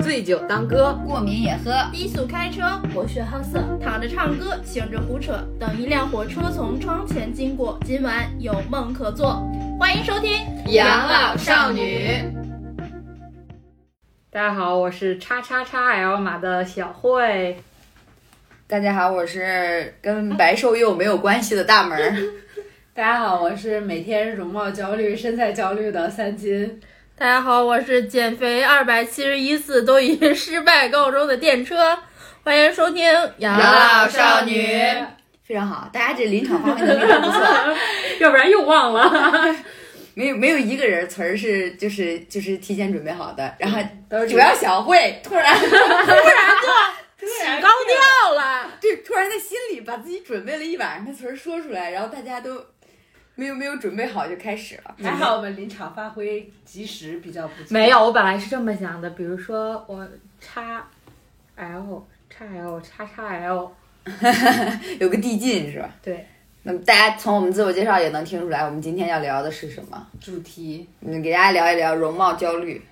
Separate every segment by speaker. Speaker 1: 醉酒当歌，
Speaker 2: 过敏也喝。
Speaker 3: 低速开车，博学好色，躺着唱歌，醒着胡扯。等一辆火车从窗前经过，今晚有梦可做。欢迎收听《。
Speaker 1: 大家好，我是叉叉叉 L 码的小慧。
Speaker 2: 大家好，我是跟白瘦幼没有关系的大门儿。
Speaker 4: 大家好，我是每天容貌焦虑、身材焦虑的三金。
Speaker 3: 大家好，我是减肥二百七十一次都以失败告终的电车。欢迎收听《养
Speaker 2: 老少女非常好，大家这临场发挥能力还不错，
Speaker 1: 要不然又忘了。
Speaker 2: 没有没有一个人词儿是就是就是提前准备好的。然后
Speaker 4: 都是
Speaker 2: 主要小慧突然突然就突然
Speaker 3: 高调了。
Speaker 2: 对，突然在心里把自己准备了一晚上的词儿说出来，然后大家都没有没有准备好就开始了。
Speaker 4: 还好我们临场发挥及时，比较不错
Speaker 1: 没有，我本来是这么想的，比如说我叉 L 叉 L 叉叉 L，
Speaker 2: 有个递进是吧？
Speaker 1: 对。
Speaker 2: 那么大家从我们自我介绍也能听出来，我们今天要聊的是什么？
Speaker 4: 主题，
Speaker 2: 嗯，给大家聊一聊容貌焦虑。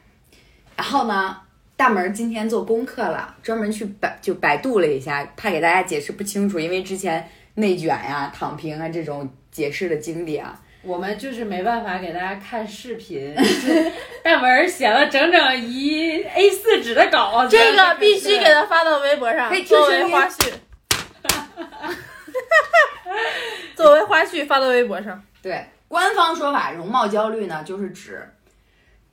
Speaker 2: 然后呢，大门儿今天做功课了，专门去百就百度了一下，怕给大家解释不清楚，因为之前内卷呀、躺平啊这种解释的经历啊，
Speaker 4: 我们就是没办法给大家看视频。 就是大门儿写了整整一 A 四纸的稿子，
Speaker 3: 这个必须给他发到微博上
Speaker 2: 可以，听
Speaker 3: 作
Speaker 2: 声
Speaker 3: 为
Speaker 2: 音
Speaker 3: 花絮。 作为花絮发到微博上，
Speaker 2: 对，官方说法，容貌焦虑呢，就是指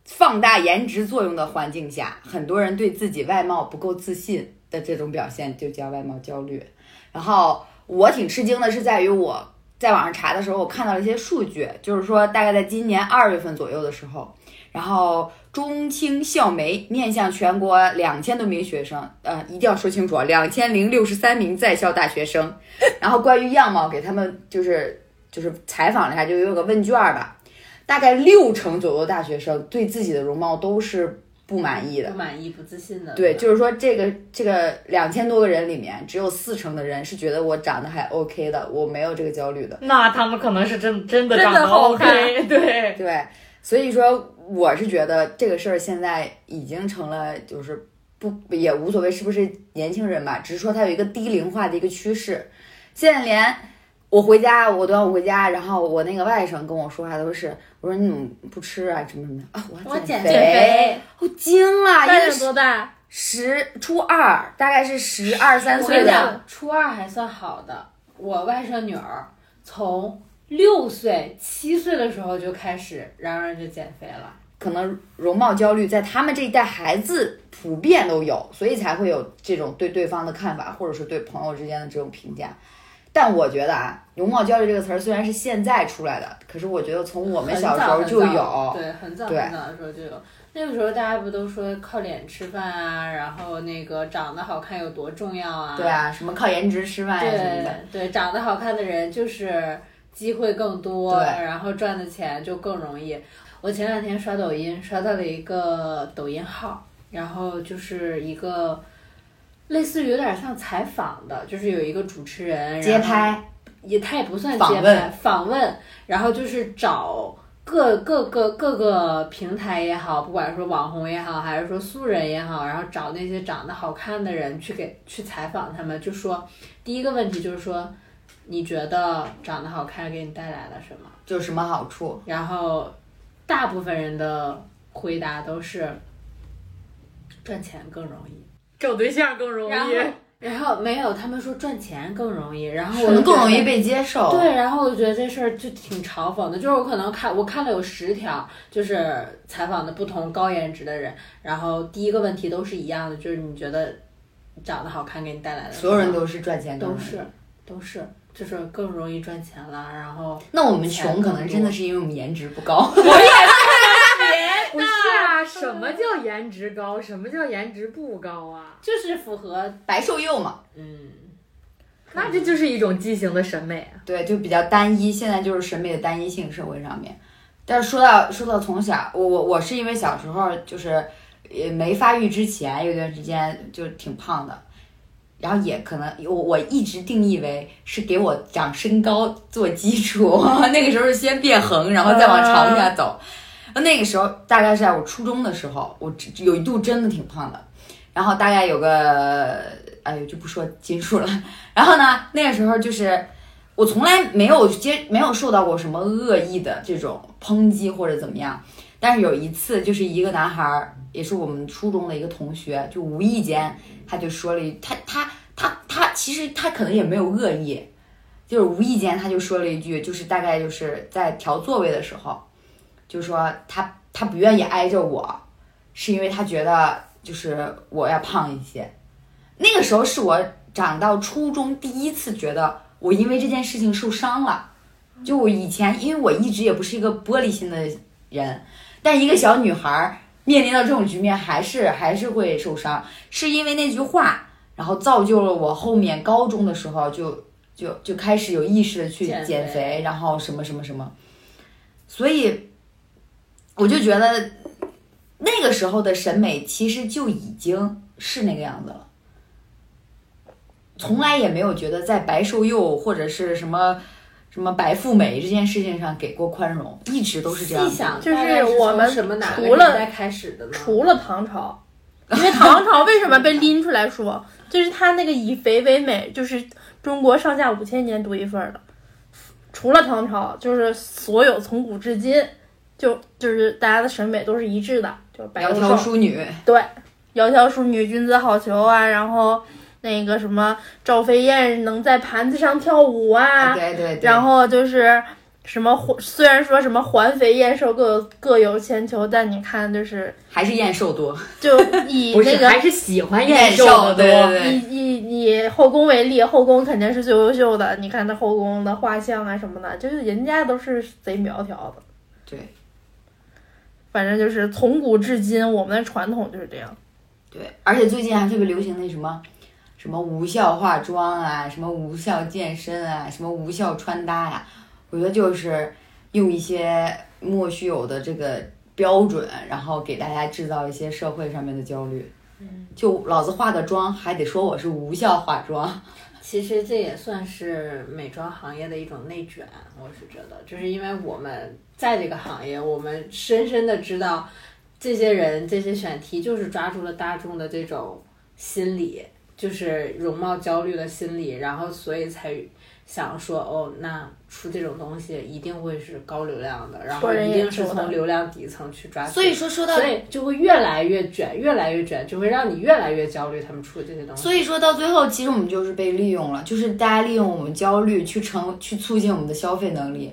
Speaker 2: 放大颜值作用的环境下，很多人对自己外貌不够自信的这种表现，就叫外貌焦虑。然后我挺吃惊的是，在于我在网上查的时候，我看到了一些数据，就是说大概在今年二月份左右的时候，然后中青校媒面向全国两千多名学生，呃，一定要说清楚啊，两千零六十三名在校大学生，然后关于样貌给他们就是就是采访了一下，就有个问卷儿吧，大概六成左右的大学生对自己的容貌都是不满意的
Speaker 4: 不。满意、不自信的。
Speaker 2: 对，就是说这个这个两千多个人里面，只有四成的人是觉得我长得还 OK 的，我没有这个焦虑的。
Speaker 1: 那他们可能是真真的
Speaker 3: 真的
Speaker 1: 长得
Speaker 3: 好
Speaker 1: OK，对，
Speaker 2: 对，所以说我是觉得这个事儿现在已经成了，就是不也无所谓是不是年轻人吧，只是说它有一个低龄化的一个趋势。现在连我回家，我端午回家，然后我那个外甥跟我说话都是，我说你怎么不吃啊，什么什么的啊，我
Speaker 4: 我
Speaker 2: 要
Speaker 4: 减
Speaker 2: 肥，
Speaker 3: 肥，
Speaker 2: 我惊了，
Speaker 3: 大
Speaker 2: 一
Speaker 3: 概
Speaker 2: 个
Speaker 3: 有
Speaker 2: 十
Speaker 3: 多大？
Speaker 2: 十初二，大概是十二三
Speaker 4: 我
Speaker 2: 岁
Speaker 4: 跟你
Speaker 2: 的，
Speaker 4: 讲，哎初二还算好的，我外甥女儿从六岁、七岁的时候就开始嚷嚷着减肥了。
Speaker 2: 可能容貌焦虑在他们这一代孩子普遍都有，所以才会有这种对对方的看法，或者是对朋友之间的这种评价。但我觉得啊，容貌焦虑这个词儿虽然是现在出来的，可是我觉得从我们
Speaker 4: 很
Speaker 2: 小时
Speaker 4: 早
Speaker 2: 候
Speaker 4: 很
Speaker 2: 就
Speaker 4: 早
Speaker 2: 有。
Speaker 4: 对，很早
Speaker 2: 对
Speaker 4: 很早的时候就有。那个时候大家不都说靠脸吃饭啊，然后那个长得好看有多重要啊？
Speaker 2: 对啊，什么靠颜值吃饭呀、什么的，
Speaker 4: 对对，长得好看的人就是机会更多，
Speaker 2: 对
Speaker 4: 然后赚的钱就更容易。我前两天刷抖音，刷到了一个抖音号，然后就是一个类似于有点像采访的，就是有一个主持人
Speaker 2: 街，拍
Speaker 4: 也他也不算
Speaker 2: 访
Speaker 4: 街拍
Speaker 2: 问
Speaker 4: 访问，然后就是找各各个各个平台也好，不管说网红也好，还是说素人也好，然后找那些长得好看的人去给去采访他们，就说第一个问题就是说，你觉得长得好看给你带来了什么？
Speaker 2: 就什么好处？
Speaker 4: 然后大部分人的回答都是赚钱更容易。
Speaker 1: 找对象更容
Speaker 4: 然后
Speaker 1: 易。
Speaker 4: 然后没有，他们说赚钱更容易，然后我
Speaker 2: 可
Speaker 4: 就
Speaker 2: 能更容
Speaker 4: 觉得
Speaker 2: 易被接受。
Speaker 4: 对，然后我觉得这事儿就挺嘲讽的，就是我可能看我看了有十条，就是采访的不同高颜值的人，然后第一个问题都是一样的，就是你觉得长得好看给你带来的什么，
Speaker 2: 所有人都是赚钱更
Speaker 4: 都
Speaker 2: 容易
Speaker 4: 是都是就是更容易赚钱了，然后
Speaker 2: 那我们
Speaker 4: 钱
Speaker 2: 穷可
Speaker 4: 更
Speaker 2: 能
Speaker 4: 多
Speaker 2: 真的是因为我们颜值不高。
Speaker 1: 不是啊，什么叫颜值高？什么叫颜值不高啊？
Speaker 4: 就是符合
Speaker 2: 白瘦幼嘛，
Speaker 4: 嗯，
Speaker 1: 那这就是一种畸形的审美啊。
Speaker 2: 对，就比较单一。现在就是审美的单一性社会上面。但是说到说到从小，我我我是因为小时候就是也没发育之前有段时间就挺胖的，然后也可能我我一直定义为是给我 长身高做基础，那个时候是先变横，然后再往长下走。那个时候大概是在我初中的时候，我只有一度真的挺胖的，然后大概有个哎呦就不说斤数了， 然后呢那个时候就是我从来没有接没有受到过什么恶意的这种抨击或者怎么样，但是有一次就是一个男孩儿，也是我们初中的一个同学，就无意间他就说了一他他他他其实他可能也没有恶意，就是无意间他就说了一句，就是大概就是在调座位的时候，就说他他不愿意挨着我，是因为他觉得就是我要胖一些。那个时候是我长到初中第一次觉得我因为这件事情受伤了。就我以前，因为我一直也不是一个玻璃心的人，但一个小女孩儿面临到这种局面，还是还是会受伤，是因为那句话，然后造就了我后面高中的时候就就就开始有意识的去
Speaker 4: 减
Speaker 2: 减
Speaker 4: 肥
Speaker 2: 肥，然后什么什么什么，所以我就觉得那个时候的审美其实就已经是那个样子了。从来也没有觉得在白瘦幼或者是什么什么白富美这件事情上给过宽容，一直都是这样
Speaker 4: 细
Speaker 2: 子。
Speaker 4: 想
Speaker 3: 就是
Speaker 4: 大概是
Speaker 3: 我们
Speaker 4: 从什么哪个
Speaker 3: 除了
Speaker 4: 年代开始的呢？
Speaker 3: 除了唐朝，因为唐朝为什么被拎出来说，就是他那个以肥为美，就是中国上下五千年独一份儿的。除了唐朝，就是所有从古至今，就就是大家的审美都是一致的，就是白
Speaker 2: 窈
Speaker 3: 幼
Speaker 2: 窕
Speaker 3: 瘦，
Speaker 2: 淑女，
Speaker 3: 对，窈窕淑女，君子好逑啊，然后那个什么赵飞燕能在盘子上跳舞啊，
Speaker 2: 对哎对对，
Speaker 3: 然后就是什么环，虽然说什么环肥燕瘦各有各有千秋，但你看就是
Speaker 2: 还是燕瘦多，
Speaker 3: 就以
Speaker 1: 不是
Speaker 3: 那个
Speaker 1: 还是喜欢
Speaker 2: 燕
Speaker 1: 瘦的
Speaker 2: 对
Speaker 1: 多。
Speaker 2: 对对，
Speaker 3: 以以以后宫为例，后宫肯定是最优秀的。你看那后宫的画像啊什么的，就是人家都是贼苗条的。
Speaker 2: 对，
Speaker 3: 反正就是从古至今，我们的传统就是这样。
Speaker 2: 对，而且最近还特别流行那什么，什么无效化妆啊，什么无效健身啊，什么无效穿搭呀、我觉得就是用一些莫须有的这个标准，然后给大家制造一些社会上面的焦虑。就老子化的妆，还得说我是无效化妆，
Speaker 4: 其实这也算是美妆行业的一种内卷，我是觉得，就是因为我们在这个行业，我们深深的知道，这些人这些选题就是抓住了大众的这种心理，就是容貌焦虑的心理，然后所以才想说，哦，那出这种东西一定会是高流量的，然后
Speaker 3: 人
Speaker 4: 一
Speaker 3: 眼
Speaker 4: 定是
Speaker 3: 球的
Speaker 4: 从流量底层去抓取，
Speaker 2: 所以说说到
Speaker 4: 所以就会越来越卷，越来越卷，就会让你越来越焦虑，他们出的这些东西。
Speaker 2: 所以说到最后，其实我们就是被利用了，就是大家利用我们焦虑去成去促进我们的消费能力，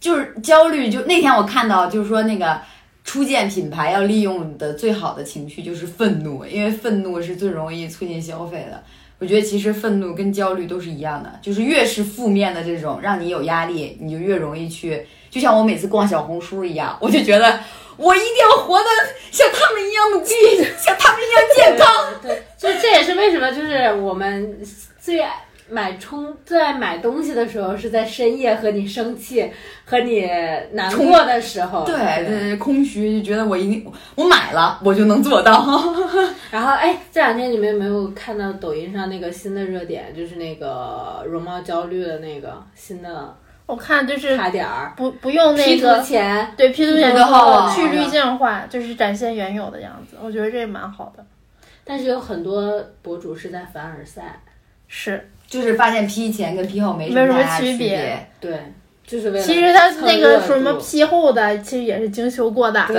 Speaker 2: 就是焦虑就那天我看到就是说那个初见品牌要利用的最好的情绪就是愤怒，因为愤怒是最容易促进消费的。我觉得其实愤怒跟焦虑都是一样的，就是越是负面的这种让你有压力，你就越容易去，就像我每次逛小红书一样，我就觉得我一定要活得像他们一样努力， 像他们一样健康。
Speaker 4: 对，就这也是为什么，就是我们最爱买冲最爱买东西的时候，是在深夜和你生气和你难过的时候。
Speaker 2: 对对对，空虚就觉得我一定我买了我就能做到。
Speaker 4: 然后哎，这两天你们有没有看到抖音上那个新的热点，就是那个容貌焦虑的那个新的
Speaker 3: 我看就是
Speaker 4: 卡点儿，
Speaker 3: 不不用嗯那
Speaker 4: P
Speaker 3: 个
Speaker 4: 图前。
Speaker 3: 对 P 图
Speaker 2: 那
Speaker 3: 显
Speaker 2: 个号
Speaker 3: 去滤镜化，就是展现原有的样子。我觉得这也蛮好的。
Speaker 4: 但是有很多博主是在凡尔赛，
Speaker 3: 是，
Speaker 2: 就是发现 P 前跟 P 后没
Speaker 3: 没什么
Speaker 2: 太大
Speaker 3: 区
Speaker 2: 区
Speaker 3: 别
Speaker 4: 对，就是为了
Speaker 3: 其实他
Speaker 4: 蹭
Speaker 3: 那
Speaker 4: 热
Speaker 3: 个
Speaker 4: 度
Speaker 3: 什么 P 后的，其实也是精修过的。
Speaker 2: 对，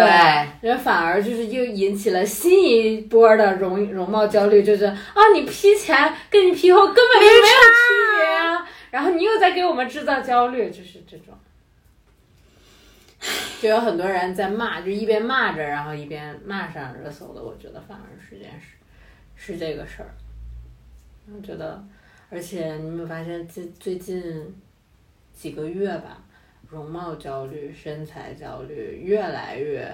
Speaker 4: 人反而就是又引起了新一波的容容貌焦虑，就是啊，你 P 前跟你 P 后根本就没有区别啊，然后你又在给我们制造焦虑，就是这种，就有很多人在骂，就一边骂着，然后一边骂上热搜的，我觉得反而是这件事，是这个事儿，我觉得，而且你有没有发现最最近几个月吧，容貌焦虑、身材焦虑越来越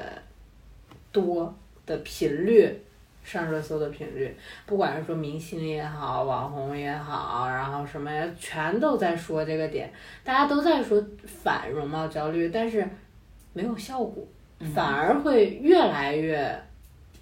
Speaker 4: 多的频率，上热搜的频率，不管是说明星也好，网红也好，然后什么呀，全都在说这个点，大家都在说反容貌焦虑，但是没有效果，
Speaker 3: 嗯
Speaker 4: 反而会越来越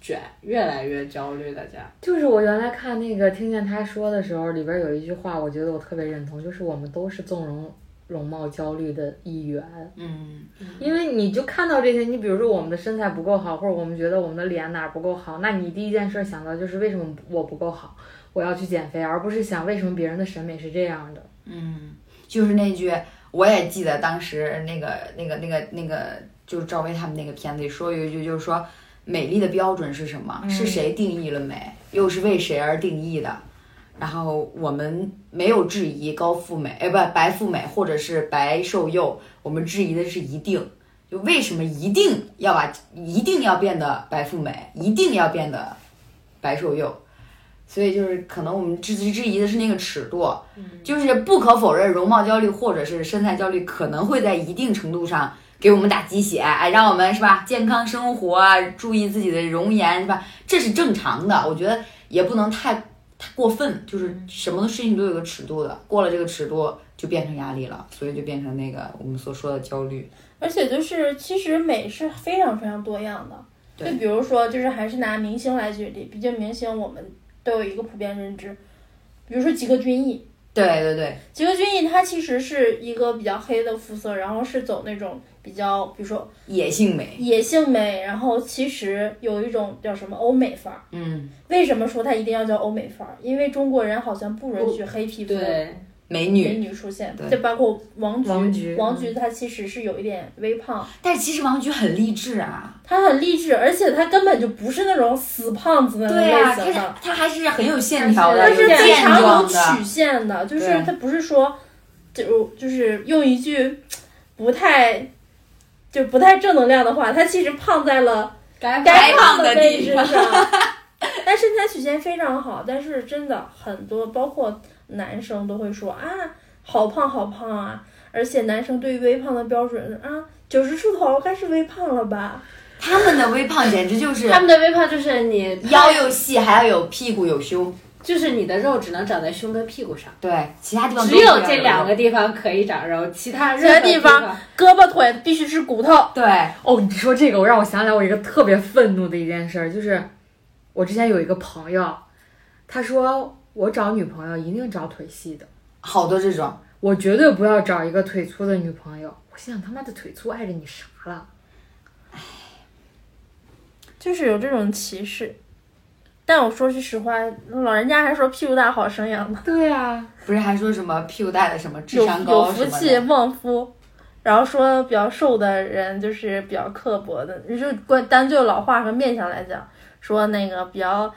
Speaker 4: 卷，越来越焦虑，大家。
Speaker 1: 就是我原来看那个听见他说的时候，里边有一句话，我觉得我特别认同，就是我们都是纵容容貌焦虑的一员，
Speaker 2: 嗯，
Speaker 1: 因为你就看到这些，你比如说我们的身材不够好，或者我们觉得我们的脸哪儿不够好，那你第一件事想到就是为什么我不够好，我要去减肥，而不是想为什么别人的审美是这样的。
Speaker 2: 就是那句，我也记得当时那个那个那个那个，就是赵薇他们那个片子里说有一句，就是说美丽的标准是什么？是谁定义了美？又是为谁而定义的？然后我们没有质疑高富美，哎，不白富美或者是白瘦幼，我们质疑的是一定。就为什么一定要把一定要变得白富美，一定要变得白瘦幼？所以就是可能我们质质疑的是那个尺度，就是不可否认，容貌焦虑或者是身材焦虑可能会在一定程度上给我们打鸡血，哎，让我们是吧健康生活啊，注意自己的容颜是吧，这是正常的。我觉得也不能太太过分，就是
Speaker 3: 嗯
Speaker 2: 什么事情都有个尺度的，过了这个尺度就变成压力了，所以就变成那个我们所说的焦虑。
Speaker 3: 而且就是，其实美是非常非常多样的。
Speaker 2: 对
Speaker 3: 就比如说，就是还是拿明星来举例，毕竟明星我们都有一个普遍认知。比如说吉克隽逸，
Speaker 2: 对对对，
Speaker 3: 吉克隽逸他其实是一个比较黑的肤色，然后是走那种比较，比如说
Speaker 2: 野性美，
Speaker 3: 野性美，然后其实有一种叫什么欧美范儿。
Speaker 2: 嗯，
Speaker 3: 为什么说它一定要叫欧美范儿？因为中国人好像不允许黑皮肤
Speaker 4: 对，
Speaker 2: 美
Speaker 3: 美
Speaker 2: 女。
Speaker 3: 女出现，
Speaker 2: 对
Speaker 3: 就包括王菊。
Speaker 1: 王菊
Speaker 3: 王菊她其实是有一点微胖，
Speaker 2: 但是其实王菊很励志啊，
Speaker 3: 她很励志，而且她根本就不是那种死胖子的那
Speaker 2: 对
Speaker 3: 类
Speaker 2: 啊，
Speaker 3: 型的，
Speaker 2: 她她还是很有线条的，
Speaker 3: 她是
Speaker 2: 有
Speaker 3: 非
Speaker 2: 健
Speaker 3: 常
Speaker 2: 壮
Speaker 3: 有
Speaker 2: 的。
Speaker 3: 曲线的，就是
Speaker 2: 对
Speaker 3: 她不是说就就是用一句不太就不太正能量的话，她其实胖在了。
Speaker 4: 该
Speaker 3: 该
Speaker 2: 胖
Speaker 3: 的
Speaker 2: 的
Speaker 3: 位
Speaker 2: 地
Speaker 3: 置上。 但身材曲线非常好，但是真的很多，包括男生都会说啊，好胖好胖啊！而且男生对于微胖的标准啊，九十出头该是微胖了吧？
Speaker 2: 他们的微胖简直就是
Speaker 4: 他们的微胖就是你
Speaker 2: 腰又细，还要有屁股有胸，
Speaker 4: 就是你的肉只能长在胸跟屁股上，
Speaker 2: 对，其他地方都
Speaker 4: 只有这两个地方可以长肉，其他任何
Speaker 3: 其他地方胳膊腿必须是骨头，
Speaker 2: 对，
Speaker 1: 哦，你说这个，我让我想起来我一个特别愤怒的一件事儿，就是我之前有一个朋友，他说我找女朋友一定找腿细的，
Speaker 2: 好多这种，
Speaker 1: 我绝对不要找一个腿粗的女朋友。我心想他妈的腿粗碍着你啥了？
Speaker 3: 就是有这种歧视。但我说句实话，老人家还说屁股大好生养呢，
Speaker 1: 对啊，
Speaker 2: 不是还说什么屁股大的什么智
Speaker 3: 有
Speaker 2: 商
Speaker 3: 有
Speaker 2: 高
Speaker 3: 福
Speaker 2: 什么
Speaker 3: 气
Speaker 2: 的，
Speaker 3: 旺夫。然后说比较瘦的人就是比较刻薄的，就关单就老话和面相来讲，说那个比较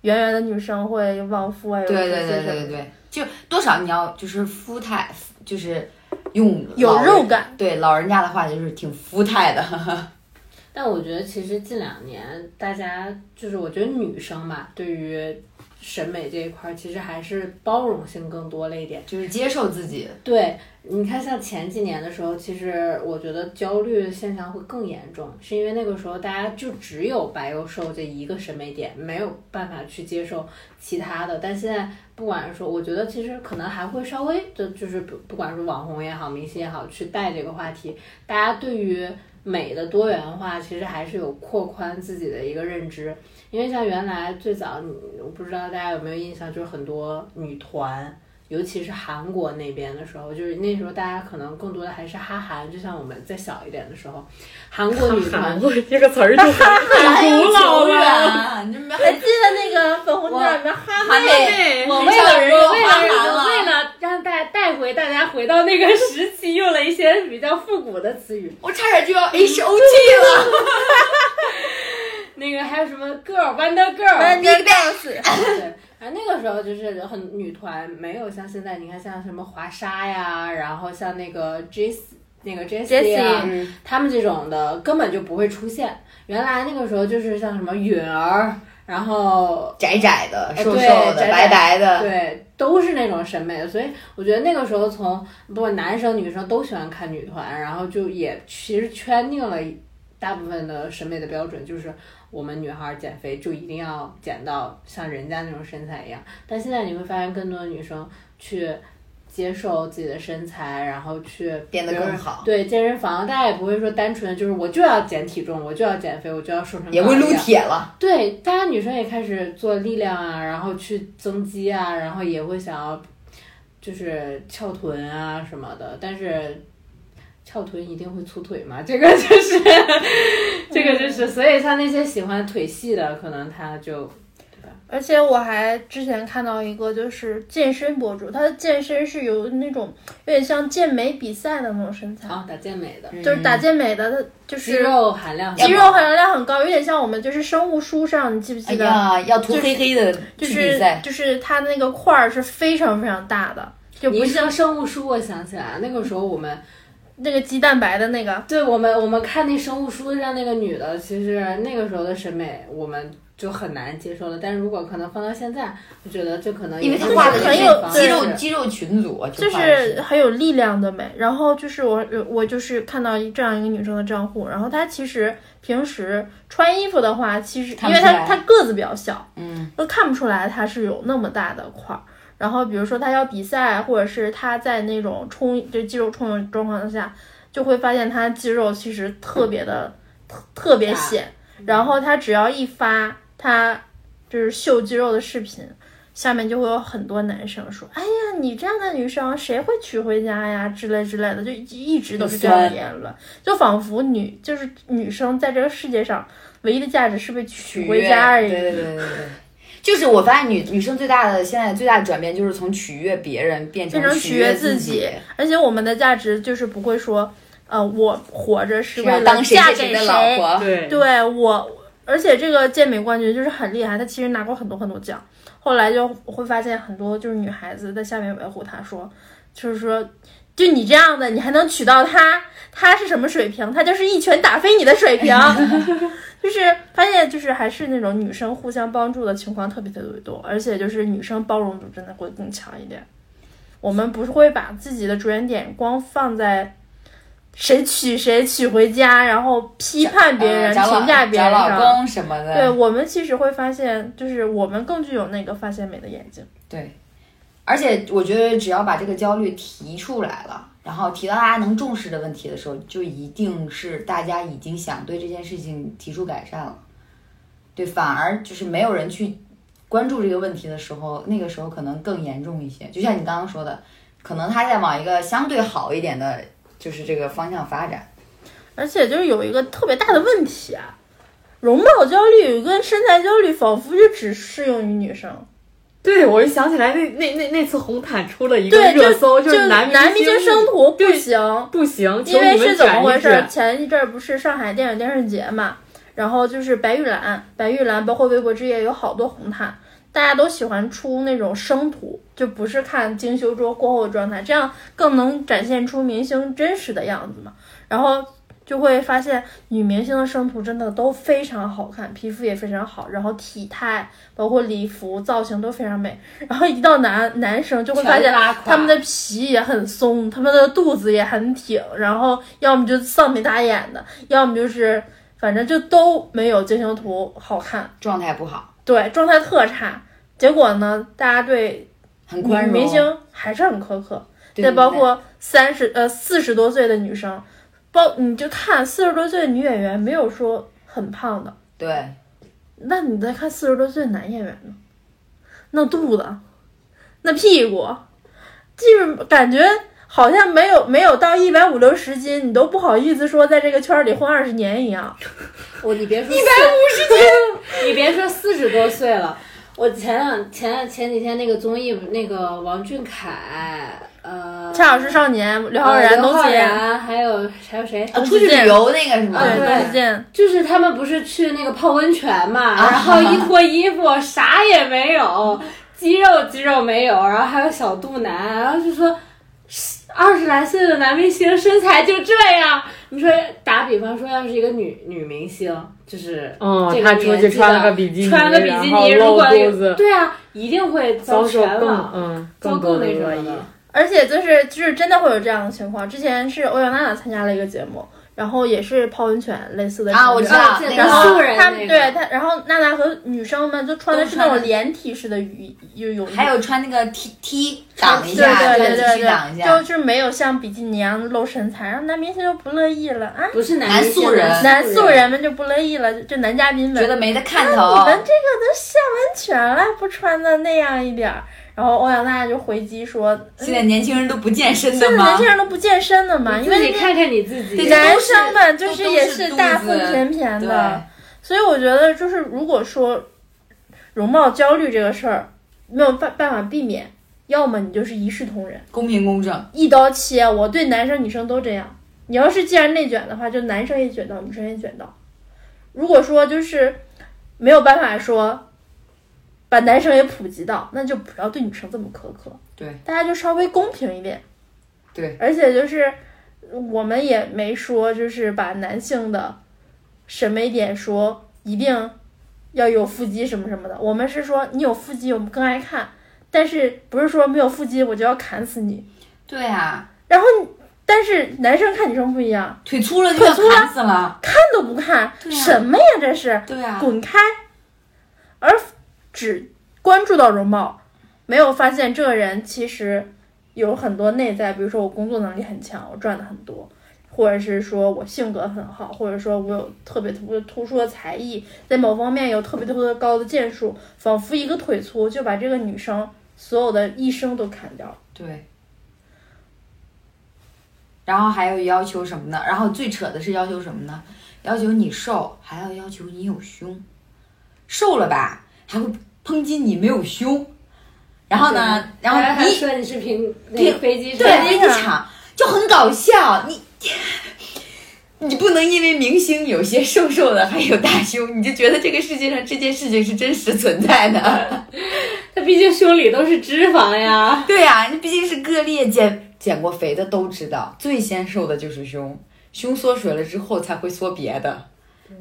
Speaker 3: 圆圆的女生会旺夫啊，有
Speaker 2: 对对对
Speaker 3: 这些什么
Speaker 2: 对对对，就多少你要就是肤态，就是用
Speaker 3: 有
Speaker 2: 老
Speaker 3: 肉
Speaker 2: 人
Speaker 3: 感，
Speaker 2: 对老人家的话就是挺肤态的，
Speaker 4: 但我觉得其实近两年大家就是我觉得女生嘛，对于审美这一块儿其实还是包容性更多了一点。
Speaker 2: 就是接受自己，
Speaker 4: 对，你看像前几年的时候，其实我觉得焦虑现象会更严重，是因为那个时候大家就只有白幼瘦这一个审美点，没有办法去接受其他的。但现在不管是说，我觉得其实可能还会稍微的，就是不不管是网红也好，明星也好，去带这个话题，大家对于美的多元化其实还是有扩宽自己的一个认知。因为像原来最早，你我不知道大家有没有印象，就是很多女团，尤其是韩国那边的时候，就是那时候大家可能更多的还是哈韩，就像我们再小一点的时候，韩国女团
Speaker 1: 韩国这个词儿就
Speaker 4: 哎
Speaker 2: 很
Speaker 1: 古老了
Speaker 2: 了，你们
Speaker 3: 还记得那个粉红
Speaker 4: 哇
Speaker 3: 店里面哈
Speaker 2: 韩美，
Speaker 4: 哎我为
Speaker 2: 很少
Speaker 4: 了
Speaker 2: 有人用
Speaker 4: 我为
Speaker 2: 韩
Speaker 4: 了
Speaker 2: 寒了
Speaker 4: 我为了让大家带回大家回到那个时期，用了一些比较复古的词语，
Speaker 2: 我差点 就要 H O T 了
Speaker 4: 那个还有什么 girl wonder girl，
Speaker 2: ，Big Bang，
Speaker 4: 对，啊那个时候就是很女团，没有像现在你看像什么华莎呀，然后像那个 J C 那个 J C 啊，
Speaker 2: 嗯
Speaker 4: 他们这种的根本就不会出现。原来那个时候就是像什么允儿，然后
Speaker 2: 窄窄的、瘦
Speaker 4: 对
Speaker 2: 瘦的、
Speaker 4: 窄窄
Speaker 2: 白白的，
Speaker 4: 对，都是那种审美的，所以我觉得那个时候从不管男生女生都喜欢看女团，然后就也其实圈定了大部分的审美的标准，就是我们女孩儿减肥就一定要减到像人家那种身材一样。但现在你会发现，更多的女生去接受自己的身材，然后去
Speaker 2: 变得
Speaker 4: 比如
Speaker 2: 更
Speaker 4: 说
Speaker 2: 好
Speaker 4: 对健身房，大家也不会说单纯的就是我就要减体重，我就要减肥，我就要瘦成
Speaker 2: 也
Speaker 4: 高
Speaker 2: 会
Speaker 4: 一
Speaker 2: 撸
Speaker 4: 样
Speaker 2: 铁了，
Speaker 4: 对，大家女生也开始做力量啊，然后去增肌啊，然后也会想要就是翘臀啊什么的，但是翘臀一定会粗腿嘛， 这个就是这个就是，所以像那些喜欢腿细的，可能他就
Speaker 3: 而且我还之前看到一个就是健身博主，他的健身是有那种有点像健美比赛的那种身材，
Speaker 4: 啊、打健美的，
Speaker 3: 就是打健美的，他就
Speaker 4: 肌
Speaker 3: 是
Speaker 4: 肉含量
Speaker 2: 哦嗯肌
Speaker 3: 肌肉含量很高，有点像我们就是生物书上，你记不
Speaker 2: 哎
Speaker 3: 记得？
Speaker 2: 呀，要涂
Speaker 3: 就是
Speaker 2: 黑黑的
Speaker 3: 就
Speaker 2: 去
Speaker 3: 是
Speaker 2: 比赛，
Speaker 3: 就是它那个块儿是非常非常大的，就
Speaker 4: 你
Speaker 3: 不
Speaker 4: 一
Speaker 3: 像
Speaker 4: 说生物书，我想起来那个时候我们
Speaker 3: 那个鸡蛋白的那个。
Speaker 4: 对我们我们看那生物书上那个女的，其实那个时候的审美我们就很难接受了。但是如果可能放到现在，我觉得这可能
Speaker 2: 因为
Speaker 4: 也
Speaker 2: 他
Speaker 4: 是
Speaker 2: 画
Speaker 4: 一
Speaker 2: 的就
Speaker 4: 种
Speaker 3: 很有
Speaker 4: 方
Speaker 2: 肌
Speaker 4: 式
Speaker 2: 肉肌肉群组，
Speaker 3: 就
Speaker 2: 画的
Speaker 3: 是很有力量的美，然后就是我我就是看到一这样一个女生的账户，然后她其实平时穿衣服的话，其实
Speaker 2: 看
Speaker 3: 因
Speaker 2: 不
Speaker 3: 为
Speaker 2: 出
Speaker 3: 她
Speaker 2: 来
Speaker 3: 她个子比较小，
Speaker 2: 嗯，
Speaker 3: 都看不出来她是有那么大的块儿。然后比如说她要比赛，或者是她在那种冲就肌肉充盈状况下，就会发现她肌肉其实特别的特特别
Speaker 4: 大
Speaker 3: 显，然后她只要一发她就是秀肌肉的视频，下面就会有很多男生说：“哎呀，你这样的女生谁会娶回家呀？”之类之类的，就一一直都是这样的言论，就仿佛女就是女生在这个世界上唯一的价值是被娶回家而
Speaker 2: 对
Speaker 3: 已。
Speaker 2: 对对对对。就是我发现女女生最大的现在最大的转变，就是从取悦别人变成
Speaker 3: 变成取
Speaker 2: 取
Speaker 3: 悦
Speaker 2: 自
Speaker 3: 自己而且我们的价值就是不会说，呃，我活着是
Speaker 2: 是
Speaker 3: 为
Speaker 2: 要
Speaker 3: 了
Speaker 2: 当谁
Speaker 3: 嫁
Speaker 2: 谁谁
Speaker 3: 给
Speaker 2: 的老
Speaker 3: 谁。
Speaker 2: 婆。
Speaker 1: 对
Speaker 3: 对我，而且这个健美冠军就是很厉害，他其实拿过很多很多奖。后来就会发现很多就是女孩子在下面维护他说，就是说，就你这样的，你还能娶到他，他是什么水平？他就是一拳打飞你的水平。 就是发现就是还是那种女生互相帮助的情况特别特别多，而且就是女生包容度真的会更强一点。我们不是会把自己的着眼点光放在谁娶谁娶回家，然后批判别人、
Speaker 2: 嗯找老
Speaker 3: 评价别人
Speaker 2: 找
Speaker 3: 上。
Speaker 2: 老公什么的，
Speaker 3: 对我们其实会发现，就是我们更具有那个发现美的眼睛。
Speaker 2: 对，而且我觉得只要把这个焦虑提出来了，然后提到大家能重视的问题的时候，就一定是大家已经想对这件事情提出改善了。对，反而就是没有人去关注这个问题的时候，那个时候可能更严重一些。就像你刚刚说的，可能他在往一个相对好一点的，就是这个方向发展。
Speaker 3: 而且就是有一个特别大的问题啊，容貌焦虑跟身材焦虑仿佛就只适用于女生。
Speaker 1: 对，我就想起来那那那那次红毯出了一个
Speaker 3: 对，
Speaker 1: 热搜，
Speaker 3: 就是
Speaker 1: 男
Speaker 3: 男明
Speaker 1: 明
Speaker 3: 星生图不行，
Speaker 1: 不行，
Speaker 3: 因
Speaker 1: 求
Speaker 3: 为
Speaker 1: 你
Speaker 3: 是
Speaker 1: 们
Speaker 3: 怎么
Speaker 1: 卷
Speaker 3: 回
Speaker 1: 一
Speaker 3: 事？
Speaker 1: 卷。
Speaker 3: 前一阵儿不是上海电影电视节嘛，然后就是白玉兰，白玉兰包括微博之夜有好多红毯，大家都喜欢出那种生图，就不是看精修桌过后的状态，这样更能展现出明星真实的样子嘛。然后就会发现女明星的生图真的都非常好看，皮肤也非常好，然后体态包括礼服造型都非常美。然后一到男男生就会发现
Speaker 2: 全拉垮
Speaker 3: 他们的皮也很松，他们的肚子也很挺，然后要么就丧眉打眼的，要么就是反正就都没有精修图好看，
Speaker 2: 状态不好，
Speaker 3: 对，状态特差。结果呢，大家对
Speaker 2: 很宽
Speaker 3: 女
Speaker 2: 容。
Speaker 3: 嗯明星还是很苛刻，
Speaker 2: 对
Speaker 3: 再
Speaker 2: 对
Speaker 3: 包
Speaker 2: 对
Speaker 3: 括三十呃四十多岁的女生，包你就看四十多岁的女演员，没有说很胖的，
Speaker 2: 对，
Speaker 3: 那你再看四十多岁的男演员呢？那肚子，那屁股，就是感觉好像没有没有到一百五六十斤，你都不好意思说在这个圈儿里混二十年一样。
Speaker 4: 我你别说一百五十斤，你别说四十多岁了。我前两前前几天那个综艺，那个王俊凯，呃，
Speaker 3: 恰好是少年刘
Speaker 4: 刘
Speaker 3: 昊然、董子健，
Speaker 4: 然，还有还有谁？
Speaker 2: 啊，出去
Speaker 3: 健
Speaker 2: 旅游那个什么，
Speaker 4: 啊
Speaker 3: 对
Speaker 4: 对
Speaker 3: 董子健，
Speaker 4: 就是他们不是去那个泡温泉嘛，
Speaker 2: 啊
Speaker 4: 然后一脱衣服啥也没 有，肌肉肌肉没有，然后还有小肚腩，然后就说二十来岁的男明星身材就这样。你说打比方说，要是一个女女明星，就是
Speaker 1: 哦
Speaker 4: 这，个
Speaker 1: 他出
Speaker 4: 年
Speaker 1: 去
Speaker 4: 纪
Speaker 1: 穿
Speaker 4: 的
Speaker 1: 了个比基尼，
Speaker 4: 穿个比基尼，
Speaker 1: 然
Speaker 4: 如
Speaker 1: 后
Speaker 4: 果
Speaker 1: 露肚子，
Speaker 4: 对啊，一定会遭
Speaker 1: 遭受
Speaker 4: 全
Speaker 1: 更
Speaker 3: 啊
Speaker 4: 网
Speaker 1: 嗯
Speaker 4: 遭
Speaker 1: 更多
Speaker 4: 那什
Speaker 1: 恶
Speaker 4: 么
Speaker 1: 意。
Speaker 4: 的。
Speaker 3: 而且就是就是真的会有这样的情况。之前是欧阳娜娜参加了一个节目，然后也是泡温泉类似的
Speaker 2: 啊我
Speaker 3: 情
Speaker 2: 知
Speaker 3: 景
Speaker 2: 道
Speaker 4: 啊
Speaker 2: 那个
Speaker 3: 然
Speaker 4: 素
Speaker 3: 后
Speaker 4: 人
Speaker 3: 他
Speaker 4: 那
Speaker 3: 们
Speaker 4: 个
Speaker 3: 对他，然后娜娜和女生们就穿的是那
Speaker 2: 都
Speaker 3: 种
Speaker 2: 穿
Speaker 3: 连体式的雨游泳衣，
Speaker 2: 还有穿那个 T T 挡一
Speaker 3: 对
Speaker 2: 下，
Speaker 3: 对对
Speaker 2: 对
Speaker 3: 对
Speaker 2: 去挡一
Speaker 3: 对，
Speaker 2: 下
Speaker 3: 就。就是没有像比基尼一样露身材，然后男明星就不乐意了啊，
Speaker 4: 不是
Speaker 2: 男
Speaker 4: 明星
Speaker 2: 素人
Speaker 3: 男素人们就不乐意了，就就男嘉宾们
Speaker 2: 觉得没得看
Speaker 3: 你
Speaker 2: 头，
Speaker 3: 们这个都下完全了，不穿的那样一点儿，然后欧阳娜娜就回击说，
Speaker 2: 现在年轻人都不健身的
Speaker 3: 现在嗯年
Speaker 2: 吗
Speaker 3: 轻？人都不健身了嘛，因
Speaker 4: 自己
Speaker 3: 为
Speaker 4: 看看你自己
Speaker 2: 对。
Speaker 3: 男生们
Speaker 2: 都
Speaker 3: 就是也
Speaker 2: 都是
Speaker 3: 是大腹
Speaker 2: 肚子
Speaker 3: 便便
Speaker 2: 对，
Speaker 3: 的，所以我觉得就是如果说容貌焦虑这个事儿没有办办法避免，要么你就是一视同仁，
Speaker 2: 公平公正，
Speaker 3: 一刀切，我对男生女生都这样。你要是既然内卷的话，就男生也卷到，女生也卷到。如果说就是没有办法说把男生也普及到，那就不要对女生这么苛刻。
Speaker 2: 对，
Speaker 3: 大家就稍微公平一点。
Speaker 2: 对，
Speaker 3: 而且就是我们也没说就是把男性的审美点说一定要有腹肌什么什么的，我们是说你有腹肌我们更爱看，但是不是说没有腹肌我就要砍死你。
Speaker 2: 对啊，
Speaker 3: 然后，但是男生看女生不一样，
Speaker 2: 腿粗了就
Speaker 3: 腿
Speaker 2: 要
Speaker 3: 粗了
Speaker 2: 砍死了，
Speaker 3: 看都不看，
Speaker 2: 对啊
Speaker 3: 什么呀这是，
Speaker 2: 对啊，
Speaker 3: 滚开！而只关注到容貌，没有发现这个人其实有很多内在，比如说我工作能力很强，我赚的很多。或者是说我性格很好，或者说我有特别突突出的才艺，在某方面有特别特别高的建树，仿佛一个腿粗就把这个女生所有的一生都砍掉了。
Speaker 2: 对。然后还有要求什么呢？然后最扯的是要求什么呢？要求你瘦，还要要求你有胸。瘦了吧，还会抨击你没有胸。然后呢，然后
Speaker 4: 啊
Speaker 3: 哎
Speaker 4: 还
Speaker 2: 你
Speaker 4: 说你是平那
Speaker 2: 平
Speaker 4: 个飞机上
Speaker 2: 对，
Speaker 3: 对
Speaker 2: 一场就很搞笑。你你不能因为明星有些瘦瘦的，还有大胸，你就觉得这个世界上这件事情是真实存在的。
Speaker 4: 他毕竟胸里都是脂肪呀。
Speaker 2: 对呀、你毕竟是个例，减减过肥的都知道，最先瘦的就是胸，胸缩水了之后才会缩别的。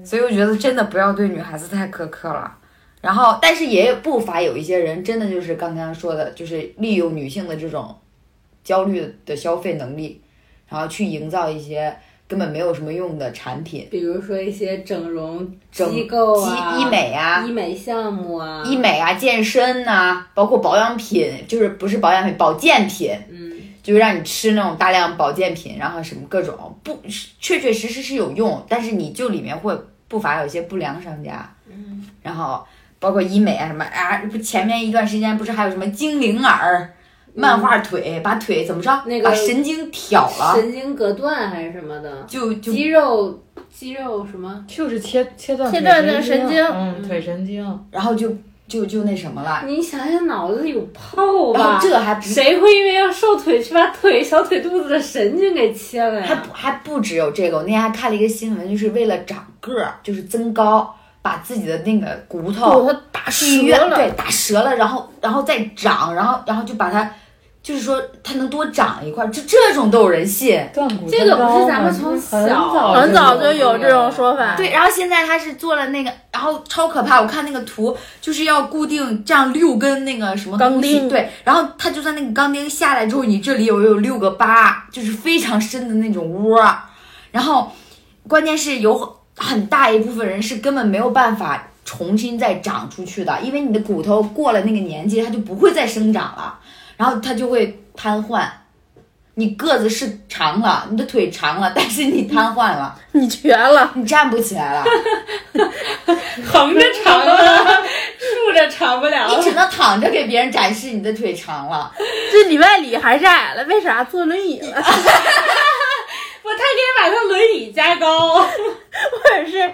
Speaker 2: 所以我觉得真的不要对女孩子太苛刻了。然后，但是也不乏有一些人真的就是刚刚说的，就是利用女性的这种焦虑的消费能力，然后去营造一些根本没有什么用的产品，
Speaker 4: 比如说一些整容
Speaker 2: 整
Speaker 4: 机构啊、
Speaker 2: 医医、美啊、
Speaker 4: 医美项目啊，
Speaker 2: 医美啊、健身呐、包括保养品，就是不是保养品，保健品，
Speaker 4: 嗯，
Speaker 2: 就是让你吃那种大量保健品，然后什么各种不，是确确实实是有用，但是你就里面会不乏有一些不良商家，嗯，然后包括医美啊什么啊，不前面一段时间不是还有什么精灵耳、漫画腿，把腿怎么着，
Speaker 4: 嗯那个
Speaker 2: 把神经挑了，
Speaker 4: 神经隔断还是什么的，
Speaker 2: 就就
Speaker 4: 肌肉肌肉什么？
Speaker 1: 就是切切断
Speaker 3: 切
Speaker 1: 腿
Speaker 3: 断那个神经
Speaker 1: 嗯，腿神经。
Speaker 2: 然后就就就那什么了，
Speaker 4: 你想想脑子里有泡
Speaker 2: 然后
Speaker 4: 吧？
Speaker 2: 这还不
Speaker 4: 谁会因为要瘦腿去把腿小腿肚子的神经给切了
Speaker 2: 还
Speaker 4: 呀？
Speaker 2: 不还不只有这个，我那天还看了一个新闻，就是为了长个儿，就是增高，把自己的那个骨头
Speaker 3: 骨头打
Speaker 2: 去
Speaker 3: 折
Speaker 2: 约
Speaker 3: 了，
Speaker 2: 对，打折了，然后然后再长，然后然后就把它，就是说它能多长一块儿，就这种都有人信。
Speaker 1: 断骨
Speaker 4: 这个不是咱们从小
Speaker 1: 很早
Speaker 3: 很早
Speaker 1: 就
Speaker 3: 就有这种说法。
Speaker 2: 对，然后现在他是做了那个，然后超可怕。我看那个图，就是要固定这样六根那个什么
Speaker 3: 钢
Speaker 2: 东西
Speaker 3: 钉
Speaker 2: 对，然后他就算那个钢钉下来之后，你这里有有六个疤，就是非常深的那种窝儿。然后，关键是有很大一部分人是根本没有办法重新再长出去的，因为你的骨头过了那个年纪，它就不会再生长了，然后它就会瘫痪。你个子是长了，你的腿长了，但是你瘫痪了，
Speaker 3: 你绝了，
Speaker 2: 你站不起来了。
Speaker 4: 横着长了，竖着长不 了
Speaker 2: 你只能躺着给别人展示你的腿长了。
Speaker 3: 这里外里还是矮了，为啥坐轮椅 了？
Speaker 4: 我他可以把他轮椅加高，
Speaker 3: 或者是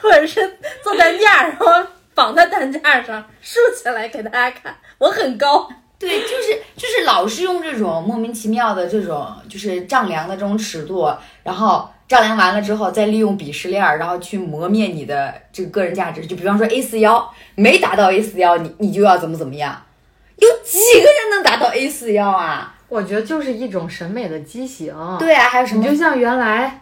Speaker 3: 或者是坐担架，然后绑在担架上竖起来给大家看，我很高。
Speaker 2: 对，就是就是老是用这种莫名其妙的这种就是丈量的这种尺度，然后丈量完了之后再利用鄙视链儿，然后去磨灭你的这个个人价值。就比方说 A 四幺没达到 A 四幺，你你就要怎么怎么样。有几个人能达到 A 四幺啊？
Speaker 1: 我觉得就是一种审美的畸形。
Speaker 2: 对啊，还有什
Speaker 1: 你
Speaker 2: 么
Speaker 1: 就？像原来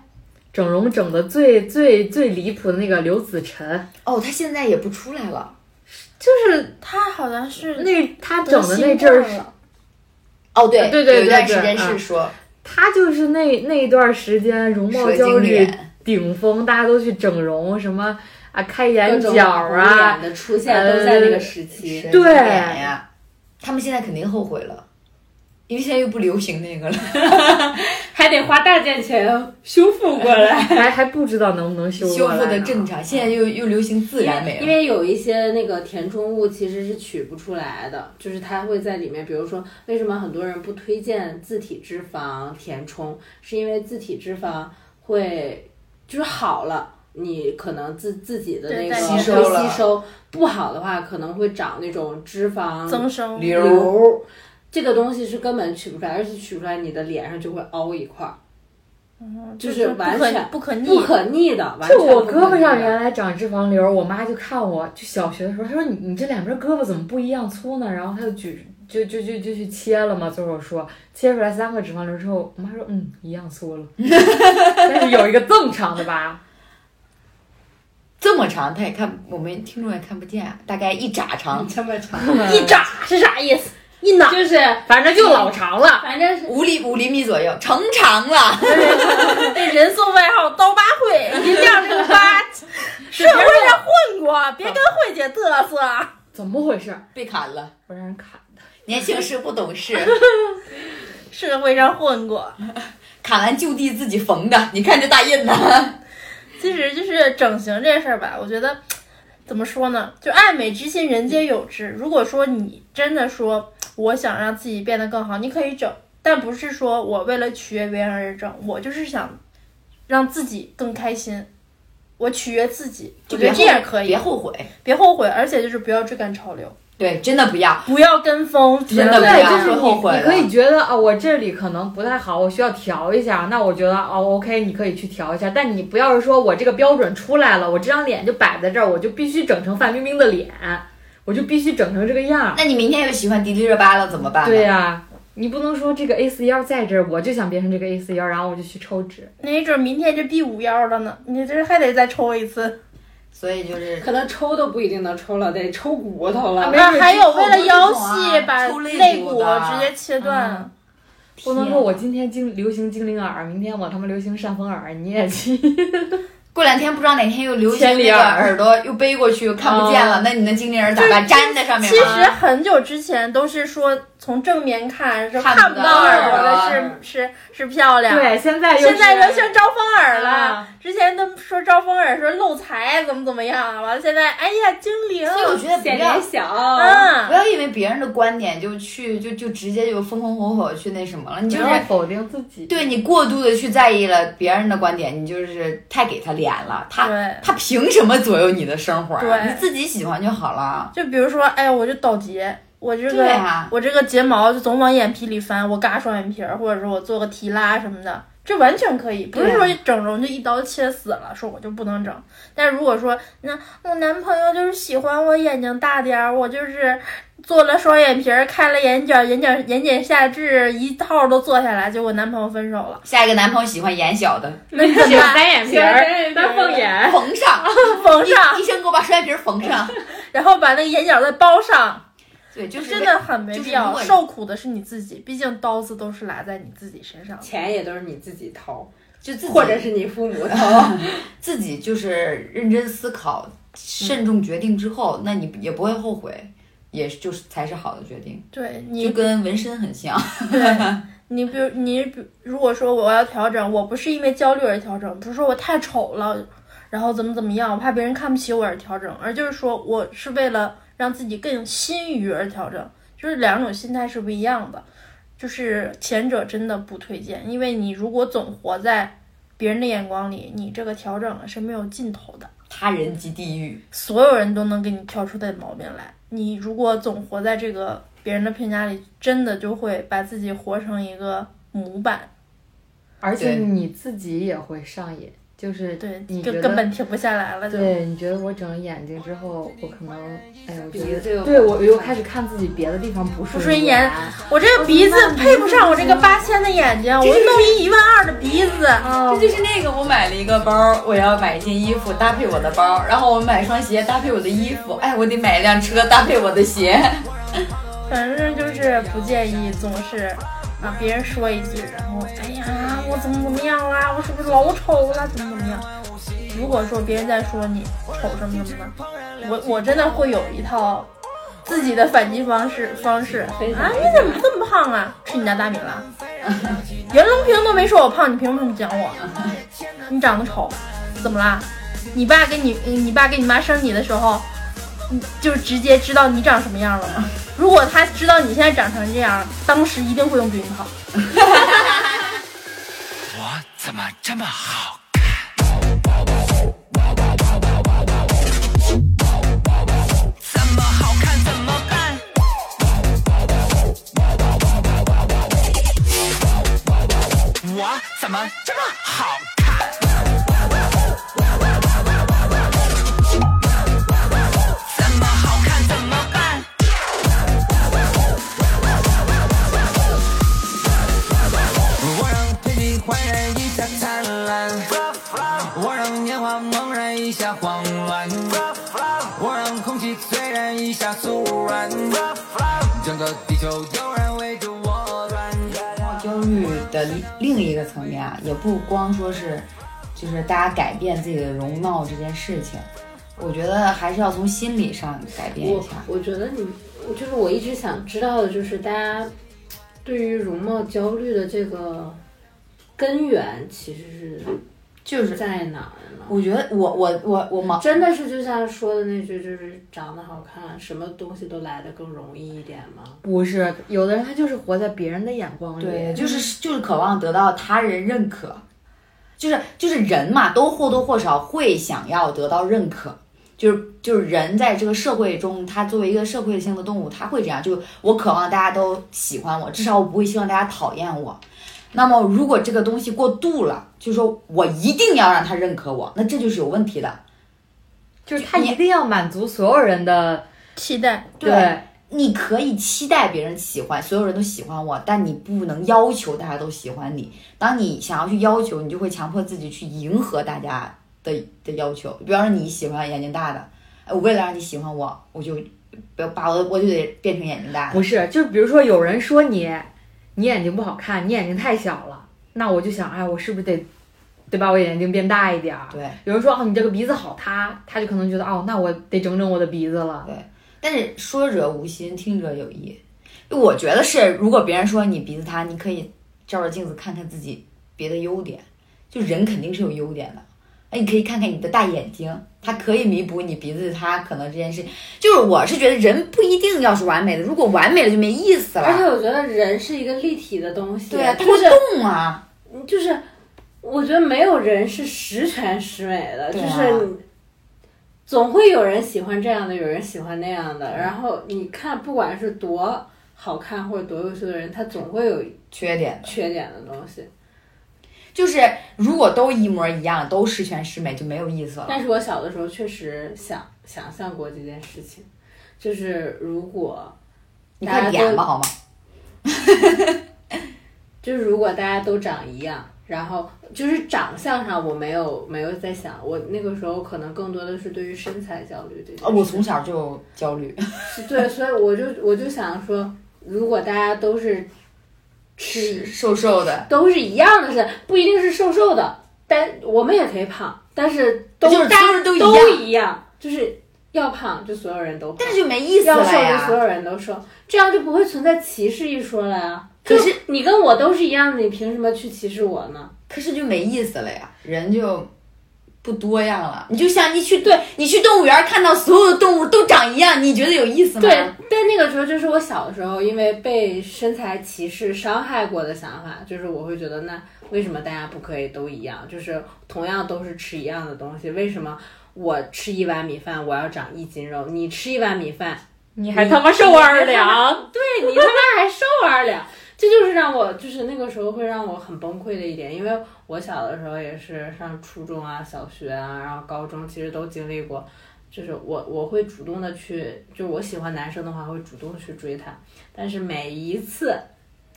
Speaker 1: 整容整的最最最离谱的那个刘子晨，
Speaker 2: 哦，他现在也不出来了。
Speaker 1: 就是
Speaker 3: 他好像是
Speaker 1: 那他整的那阵儿，
Speaker 2: 哦，对嗯
Speaker 1: 对对对
Speaker 2: 有一段
Speaker 1: 对
Speaker 2: 时间
Speaker 1: 啊
Speaker 2: 是说
Speaker 1: 他就是那那一段时间容貌
Speaker 2: 蛇
Speaker 1: 焦
Speaker 2: 精
Speaker 1: 虑
Speaker 2: 脸，
Speaker 1: 顶峰，大家都去整容，什么啊开眼
Speaker 4: 各种
Speaker 1: 角啊，
Speaker 4: 脸的
Speaker 2: 呃
Speaker 4: 出现都在那个时期。
Speaker 2: 蛇
Speaker 1: 对
Speaker 2: 精脸呀，他们现在肯定后悔了。因为现在又不流行那个了。
Speaker 4: 还得花大价钱修复过 来。
Speaker 1: 还还不知道能不能修
Speaker 2: 修
Speaker 1: 过
Speaker 2: 复
Speaker 1: 来
Speaker 2: 的
Speaker 1: 呢
Speaker 2: 正常，现在
Speaker 1: 嗯
Speaker 2: 又又流行自然美
Speaker 4: 因
Speaker 2: 了。
Speaker 4: 为有一些那个填充物其实是取不出来的，就是它会在里面，比如说为什么很多人不推荐自体脂肪填充，是因为自体脂肪会就是好了。你可能自自己的那
Speaker 3: 对
Speaker 4: 个
Speaker 3: 代
Speaker 2: 谢
Speaker 4: 会
Speaker 2: 吸收了
Speaker 4: 吸收不好的话，可能会长那种脂肪
Speaker 3: 增生
Speaker 2: 瘤
Speaker 4: 瘤，这个东西是根本取不出来，而且取出来你的脸上就会凹一块儿，嗯就是
Speaker 3: 不
Speaker 4: 完
Speaker 3: 可
Speaker 4: 全
Speaker 3: 不可逆
Speaker 4: 不。可逆的。完
Speaker 1: 就
Speaker 4: 全
Speaker 1: 我
Speaker 4: 不
Speaker 1: 胳
Speaker 4: 可
Speaker 1: 膊
Speaker 4: 逆
Speaker 1: 上
Speaker 4: 的
Speaker 1: 原来长脂肪瘤，我妈就看我，就小学的时候，她说你你这两边胳膊怎么不一样粗呢？然后她就举就就就就去切了嘛，最后说切出来三个脂肪瘤之后，我妈说嗯一样粗了， 但是有一个正常的吧，
Speaker 2: 这么长，他也看我们听众也看不见，啊大概一拃长，
Speaker 4: 这么长，
Speaker 3: 一扎是啥意思？一脑
Speaker 4: 就是
Speaker 1: 反正就老长了。
Speaker 4: 反正是
Speaker 2: 五厘五厘米左右，成长了。
Speaker 3: 被人送外号“刀疤慧”，一亮这个疤， 社会上混 过，别跟慧姐嘚瑟。
Speaker 1: 怎么回事？
Speaker 2: 被砍了，
Speaker 1: 我让人砍的。
Speaker 2: 年轻时不懂事，
Speaker 3: 社会上混过，
Speaker 2: 砍完就地自己缝的。你看这大印子，
Speaker 3: 其实就是整形这事儿吧，我觉得怎么说呢，就爱美之心，人皆有之。如果说你真的说我想让自己变得更好，你可以整，但不是说我为了取悦别人而整，我就是想让自己更开心，我取悦自己，我
Speaker 2: 别
Speaker 3: 觉得
Speaker 2: 后
Speaker 3: 这样可以，
Speaker 2: 别后悔。
Speaker 3: 别后悔，而且就是不要追赶潮流，
Speaker 2: 对，真的不要。
Speaker 3: 不要跟风，
Speaker 2: 真的不
Speaker 1: 对，
Speaker 2: 要
Speaker 1: 就是你
Speaker 2: 后悔了
Speaker 1: 你可以觉得啊、我这里可能不太好，我需要调一下。那我觉得哦，OK，你可以去调一下，但你不要是说我这个标准出来了，我这张脸就摆在这儿，我就必须整成范冰冰的脸，我就必须整成这个样儿。
Speaker 2: 那你明天又喜欢迪丽热巴了怎么办？
Speaker 1: 对、呀、你不能说这个 A 四腰在这儿，我就想变成这个 A 四腰，然后我就去抽脂。
Speaker 3: 没准明天就 B 五幺了呢，你这还得再抽一次。
Speaker 2: 所以就是
Speaker 4: 可能抽都不一定能抽了，得抽骨头了。
Speaker 1: 没
Speaker 3: 啊，
Speaker 1: 准
Speaker 3: 还有
Speaker 2: 抽
Speaker 3: 为了腰
Speaker 2: 肋
Speaker 3: 细
Speaker 2: 骨啊
Speaker 3: 把
Speaker 2: 抽肋
Speaker 3: 肋
Speaker 2: 骨
Speaker 3: 骨啊
Speaker 2: 的
Speaker 3: 直接切断，
Speaker 1: 不能说我今天精流行精灵耳，明天我他妈流行扇风耳，你也去。
Speaker 2: 过两天不知道哪天又流行
Speaker 1: 千里
Speaker 2: 那个
Speaker 1: 耳
Speaker 2: 耳哦朵又背过去看不见了，那你那经纪人咋办？粘在上面
Speaker 3: 其
Speaker 2: 吗？
Speaker 3: 实很久之前都是说从正面看是
Speaker 2: 看
Speaker 3: 看
Speaker 2: 不
Speaker 3: 不
Speaker 2: 到
Speaker 3: 到耳朵
Speaker 2: 耳
Speaker 3: 的是是是漂亮，
Speaker 1: 对，现在又
Speaker 3: 现在流
Speaker 1: 是
Speaker 3: 行招风耳了
Speaker 1: 啊。
Speaker 3: 之前都说招风耳说漏财怎么怎么样，完了现在哎呀精灵，
Speaker 2: 所以我觉得不
Speaker 4: 显
Speaker 2: 要
Speaker 4: 脸小，
Speaker 2: 不
Speaker 3: 嗯，
Speaker 2: 要因为别人的观点就去就就直接就风风火火去那什么了，你
Speaker 1: 你
Speaker 2: 就
Speaker 1: 不
Speaker 2: 是
Speaker 1: 要否定自己。
Speaker 2: 对你过度的去在意了别人的观点，你就是太给他脸了，他
Speaker 3: 对。
Speaker 2: 他凭什么左右你的生活啊？
Speaker 3: 对
Speaker 2: 你自己喜欢就好了。
Speaker 3: 就比如说，哎呀，我就倒睫，我这
Speaker 2: 对
Speaker 3: 个、
Speaker 2: 啊
Speaker 3: 我这个睫毛就总往眼皮里翻，我嘎双眼皮儿，或者说我做个提拉什么的，这完全可以，不是
Speaker 2: 对啊
Speaker 3: 说一整容就一刀切死了，说我就不能整。但如果说那我男朋友就是喜欢我眼睛大点儿，我就是做了双眼皮儿，开了眼角，眼角眼睑下至一套都做下来，结果男朋友分手了，
Speaker 2: 下一个男朋友喜欢眼小的，
Speaker 3: 那怎
Speaker 1: 喜
Speaker 3: 么办？
Speaker 1: 欢单眼皮
Speaker 4: 喜欢
Speaker 1: 儿
Speaker 4: 单眼，皮儿
Speaker 1: 单凤眼。
Speaker 2: 缝上，
Speaker 3: 缝上，
Speaker 2: 医生给我把双眼皮儿缝 上。
Speaker 3: 然后把那个眼角再包上。
Speaker 2: 对，就是
Speaker 3: 真的很没
Speaker 2: 就是
Speaker 3: 必
Speaker 2: 如
Speaker 3: 要，
Speaker 2: 果你
Speaker 3: 受苦的是你自己，毕竟刀子都是拉在你自己身上的。
Speaker 4: 钱也都是你自己掏，
Speaker 2: 就自己
Speaker 4: 或者是你父 母掏。
Speaker 2: 自己就是认真思考、慎重决定之后，那你也不会后悔，也就是才是好的决定。
Speaker 3: 对
Speaker 2: 就
Speaker 3: 你，
Speaker 2: 跟纹身很像，
Speaker 3: 对你，比如你，比如果说我要调整，我不是因为焦虑而调整，不是说我太丑了，然后怎么怎么样，我怕别人看不起我而调整，而就是说我是为了让自己更心愉而调整，就是两种心态是不一样的。就是前者真的不推荐，因为你如果总活在别人的眼光里，你这个调整是没有尽头的。
Speaker 2: 他人即地狱。
Speaker 3: 所有人都能给你挑出点毛病来。你如果总活在这个别人的评价里，真的就会把自己活成一个模板，
Speaker 1: 而且
Speaker 2: 对
Speaker 1: 你自己也会上瘾，就是
Speaker 3: 对，
Speaker 1: 你
Speaker 3: 就
Speaker 1: 觉
Speaker 3: 根
Speaker 1: 得
Speaker 3: 本停不下来了。就
Speaker 1: 对你觉得我整了眼睛之后，我可能哎，我觉
Speaker 4: 鼻
Speaker 1: 得
Speaker 4: 嗯子又
Speaker 1: 对我又开始看自己别的地方不啊顺
Speaker 3: 不顺眼我这个鼻子配不上我这个八千的眼睛，我弄一一万二的鼻子，
Speaker 1: 啊
Speaker 2: 这就是那个，我买了一个包，我要买一件衣服搭配我的包，然后我买双鞋搭配我的衣服，哎，我得买一辆车搭配我的鞋。
Speaker 3: 反正就是不建议总是。啊！别人说一句，然后哎呀，我怎么怎么样啦？我是不是老丑了？怎么怎么样？如果说别人在说你丑什么什么的，我我真的会有一套自己的反击方式方式啊！你
Speaker 4: 非常
Speaker 3: 怎么这么胖啊？吃你家大米了？袁隆平都没说我胖，你凭什么讲我？你长得丑，怎么啦？你爸跟你你爸跟你妈生你的时候，你就直接知道你长什么样了吗？如果他知道你现在长成这样，当时一定会用对你好。
Speaker 5: 我怎么这么好？
Speaker 6: 怎么好看怎么办？
Speaker 5: 我怎么这么好？
Speaker 6: 怎么好看怎么办？
Speaker 5: 我让天地焕然一下灿烂，我让年华猛然一下慌乱，我让空气虽然一下酥软，整个地球悠然围着我转。
Speaker 2: 焦虑的另一个层面啊，也不光说是，就是大家改变自己的容貌这件事情，我觉得还是要从心理上改变一
Speaker 4: 我
Speaker 2: 下。
Speaker 4: 我觉得你，我就是我一直想知道的，就是大家对于容貌焦虑的这个根源其实
Speaker 2: 就是
Speaker 4: 在哪儿呢？
Speaker 2: 我觉得我我我我忙，
Speaker 4: 真的是就像说的那句，就是长得好看，什么东西都来的更容易一点吗？
Speaker 1: 不是，有的人他就是活在别人的眼光里。
Speaker 2: 对，就是就是渴望得到他人认可，就是就是人嘛，都或多或少会想要得到认可。就是就是人在这个社会中，他作为一个社会性的动物，他会这样。就我渴望大家都喜欢我，至少我不会希望大家讨厌我。那么如果这个东西过度了，就说我一定要让他认可我，那这就是有问题的。
Speaker 1: 就是他一定要满足所有人的
Speaker 3: 期待
Speaker 2: 对你可以期待别人喜欢，所有人都喜欢我，但你不能要求大家都喜欢你。当你想要去要求，你就会强迫自己去迎合大家的的要求。比方说你喜欢眼睛大的，哎我为了让你喜欢我，我就不要把我我就得变成眼睛大的。
Speaker 1: 不是，就比如说有人说你，你眼睛不好看，你眼睛太小了，那我就想，哎，我是不是得得把我眼睛变大一点儿？
Speaker 2: 对，
Speaker 1: 有人说哦，你这个鼻子好塌，他就可能觉得哦，那我得整整我的鼻子了。
Speaker 2: 但是说者无心，听者有意。我觉得是，如果别人说你鼻子塌，你可以照照镜子看看自己别的优点。就人肯定是有优点的，哎那你可以看看你的大眼睛，它可以弥补你鼻子塌可能这件事。就是我是觉得人不一定要是完美的，如果完美了就没意思
Speaker 4: 而且
Speaker 2: 了。
Speaker 4: 我觉得人是一个立体的东西，
Speaker 2: 对啊，它
Speaker 4: 就
Speaker 2: 会
Speaker 4: 是
Speaker 2: 动啊，
Speaker 4: 就是，我觉得没有人是十全十美的，就
Speaker 2: 对啊
Speaker 4: 是你总会有人喜欢这样的，有人喜欢那样的。然后你看，不管是多好看或者多优秀的人，他总会有
Speaker 2: 缺点的
Speaker 4: 缺点的东西。
Speaker 2: 嗯就是如果都一模一样，都十全十美就没有意思了。
Speaker 4: 但是我小的时候确实想想象过这件事情，就是如果
Speaker 2: 你
Speaker 4: 大
Speaker 2: 快
Speaker 4: 家
Speaker 2: 点
Speaker 4: 都
Speaker 2: 吧，好吗？
Speaker 4: 就是如果大家都长一样，然后就是长相上我没有没有在想，我那个时候可能更多的是对于身材焦虑这件事
Speaker 2: 呃
Speaker 4: 情。
Speaker 2: 我从小就焦虑。
Speaker 4: 对，所以我就 我就想说，如果大家都是吃
Speaker 2: 瘦瘦的，
Speaker 4: 都是一样的是，不一定是瘦瘦的，但我们也可以胖，但是都
Speaker 2: 就是
Speaker 4: 大
Speaker 2: 所
Speaker 4: 家
Speaker 2: 有人都一
Speaker 4: 都
Speaker 2: 样
Speaker 4: 一样，就是要胖就所有人都胖，
Speaker 2: 但是就没意思
Speaker 4: 要
Speaker 2: 了
Speaker 4: 瘦就所
Speaker 2: 呀。
Speaker 4: 有人都瘦，这样就不会存在歧视一说了呀。
Speaker 2: 可
Speaker 4: 就是你跟我都是一样的，你凭什么去歧视我呢？
Speaker 2: 可是就没意思了呀，人就不多样了。你就像你去对你去动物园看到所有的动物都长一样，你觉得有意思吗？
Speaker 4: 对，但那个时候就是我小的时候，因为被身材歧视伤害过的想法，就是我会觉得，那为什么大家不可以都一样？就是同样都是吃一样的东西，为什么我吃一碗米饭我要长一斤肉，你吃一碗米饭，
Speaker 1: 你还他妈受二两。
Speaker 4: 对你他妈还瘦二两？这就是让我就是那个时候会让我很崩溃的一点，因为我小的时候也是上初中啊、小学啊，然后高中其实都经历过。就是我我会主动的去，就是我喜欢男生的话会主动去追他，但是每一次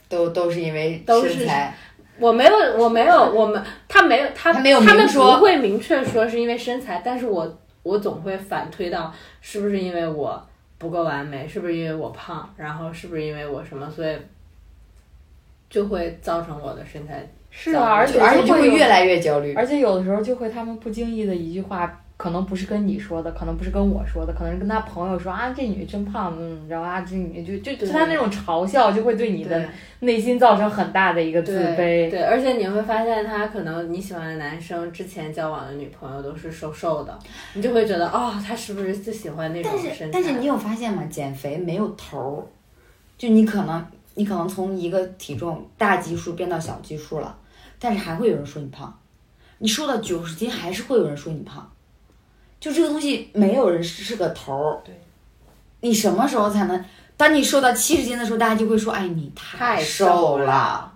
Speaker 2: 都都是因为
Speaker 4: 都是
Speaker 2: 身材，
Speaker 4: 我没有，我没有，我们他没有，他
Speaker 2: 他没有
Speaker 4: 他们
Speaker 2: 明说
Speaker 4: 不会明确说是因为身材，但是我我总会反推到是不是因为我不够完美，是不是因为我胖，然后是不是因为我什么，所以就会造成我的身材。
Speaker 1: 是
Speaker 4: 早
Speaker 1: 啊，而
Speaker 4: 就
Speaker 1: 且
Speaker 2: 而且就
Speaker 1: 会
Speaker 2: 会
Speaker 1: 有
Speaker 2: 越来越焦虑。
Speaker 1: 而且有的时候就会他们不经意的一句话可能不是跟你说的，可能不是跟我说的，可能是跟他朋友说啊，这女的真胖，嗯，然后啊，这女的就就
Speaker 4: 对
Speaker 1: 就他那种嘲笑，就会对你
Speaker 4: 对
Speaker 1: 的内心造成很大的一个自
Speaker 4: 对
Speaker 1: 卑。
Speaker 4: 对，而且你会发现他可能你喜欢的男生之前交往的女朋友都是瘦瘦的，你就会觉得哦，他是不是就喜欢那种
Speaker 2: 但
Speaker 4: 身材
Speaker 2: 是？但是你有发现吗？减肥没有头儿，就你可能你可能从一个体重大基数变到小基数了，但是还会有人说你胖，你瘦到九十斤还是会有人说你胖，就这个东西没有人是是个头儿。
Speaker 4: 对，
Speaker 2: 你什么时候才能？当你瘦到七十斤的时候，大家就会说：“哎，你
Speaker 4: 太瘦
Speaker 2: 瘦
Speaker 4: 了。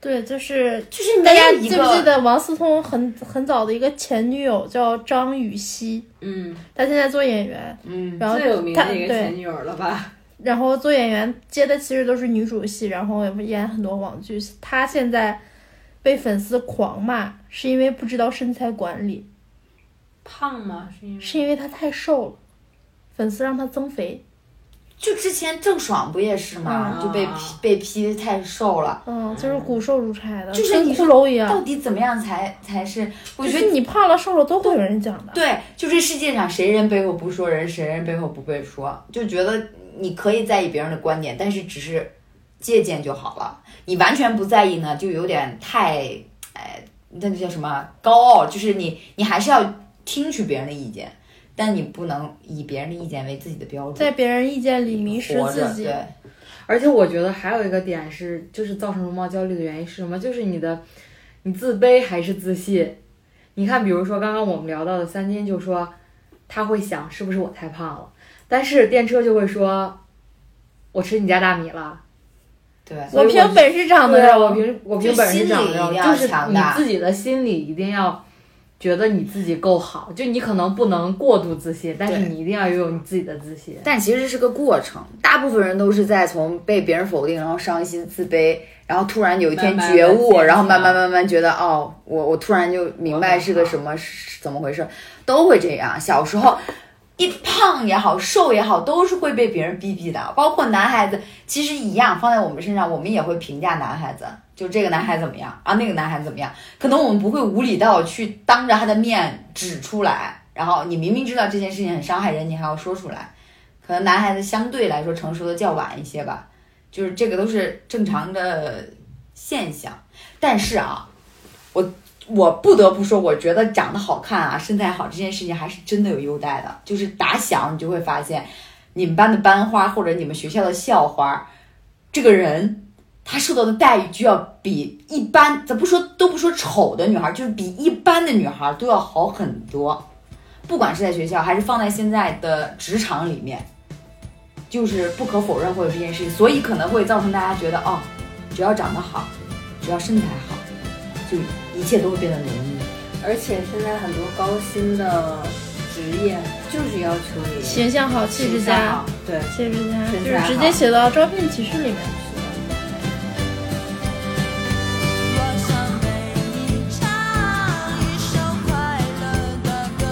Speaker 3: 对，就是
Speaker 2: 就是
Speaker 3: 大
Speaker 2: 没
Speaker 3: 家
Speaker 2: 有一
Speaker 3: 记不记
Speaker 2: 个
Speaker 3: 得王思聪很很早的一个前女友叫张雨绮，
Speaker 4: 嗯，
Speaker 3: 她现在做演员，
Speaker 2: 嗯，
Speaker 3: 然后
Speaker 4: 最有名
Speaker 3: 她
Speaker 4: 的一个
Speaker 3: 对
Speaker 4: 前女友了 吧？
Speaker 3: 然后做演员接的其实都是女主戏，然后也演很多网剧。她现在被粉丝狂骂，是因为不知道身材管理，
Speaker 4: 胖吗？是因为
Speaker 3: 是因为她太瘦了，粉丝让她增肥。
Speaker 2: 就之前郑爽不也是吗？
Speaker 4: 嗯
Speaker 2: 就被批被批太瘦了。
Speaker 3: 嗯，就是骨瘦如柴的，
Speaker 2: 就是
Speaker 3: 跟
Speaker 2: 你
Speaker 3: 骷髅一
Speaker 2: 到
Speaker 3: 样。
Speaker 2: 底怎么样才才是？我
Speaker 3: 就
Speaker 2: 觉
Speaker 3: 是
Speaker 2: 得
Speaker 3: 你胖了瘦了都会有人讲的。
Speaker 2: 对，就这世界上谁人背后不说人，谁人背后不被说，就觉得你可以在意别人的观点，但是只是借鉴就好了。你完全不在意呢，就有点太，哎，那就叫什么高傲？就是你你还是要听取别人的意见，但你不能以别人的意见为自己的标准，
Speaker 3: 在别人意见里迷失
Speaker 2: 活着
Speaker 3: 自己
Speaker 2: 对。，
Speaker 1: 而且我觉得还有一个点是，就是造成容貌焦虑的原因是什么？就是你的你自卑还是自信？你看，比如说刚刚我们聊到的三金就说，他会想是不是我太胖了，但是电车就会说，我吃你家大米了。
Speaker 2: 对，
Speaker 3: 我
Speaker 1: 所以我
Speaker 3: 凭本事长的
Speaker 1: 对，
Speaker 2: 啊
Speaker 3: 肉，
Speaker 1: 啊我凭我凭本事长
Speaker 2: 就心理一定
Speaker 1: 的，
Speaker 2: 要
Speaker 1: 就是
Speaker 2: 强
Speaker 1: 你
Speaker 2: 大
Speaker 1: 自己的心理一定要觉得你自己够好，就你可能不能过度自信，但是
Speaker 2: 对
Speaker 1: 你一定要拥有你自己的自信。
Speaker 2: 但其实这是个过程，大部分人都是在从被别人否定，然后伤心、自卑，然后突然有一天
Speaker 4: 慢慢
Speaker 2: 觉悟，
Speaker 4: 地
Speaker 2: 然后慢
Speaker 3: 啊
Speaker 2: 慢
Speaker 4: 自
Speaker 2: 慢慢觉得，哦，我我突然就明白是个什么是怎么回事，都会这样。小时候。一胖也好，瘦也好，都是会被别人逼逼的。包括男孩子，其实一样，放在我们身上，我们也会评价男孩子，就这个男孩怎么样啊，那个男孩怎么样。可能我们不会无理到去当着他的面指出来，然后你明明知道这件事情很伤害人，你还要说出来。可能男孩子相对来说成熟的较晚一些吧，就是这个都是正常的现象。但是啊，我我不得不说，我觉得长得好看啊、身材好这件事情还是真的有优待的。就是打小你就会发现，你们班的班花或者你们学校的校花，这个人她受到的待遇就要比一般，咱不说都不说丑的女孩，就是比一般的女孩都要好很多。不管是在学校还是放在现在的职场里面，就是不可否认会有这件事情，所以可能会造成大家觉得哦，只要长得好，只要身材好，就一切都会变得容易。
Speaker 4: 而且现在很多高薪的职业就是要求你
Speaker 3: 形象好，气质
Speaker 4: 身材
Speaker 3: 佳
Speaker 4: 好，，对，
Speaker 3: 气质佳，就
Speaker 4: 身材
Speaker 3: 是直
Speaker 4: 好
Speaker 3: 接写到招聘启事里面。
Speaker 6: 我想给你唱一首快乐的歌，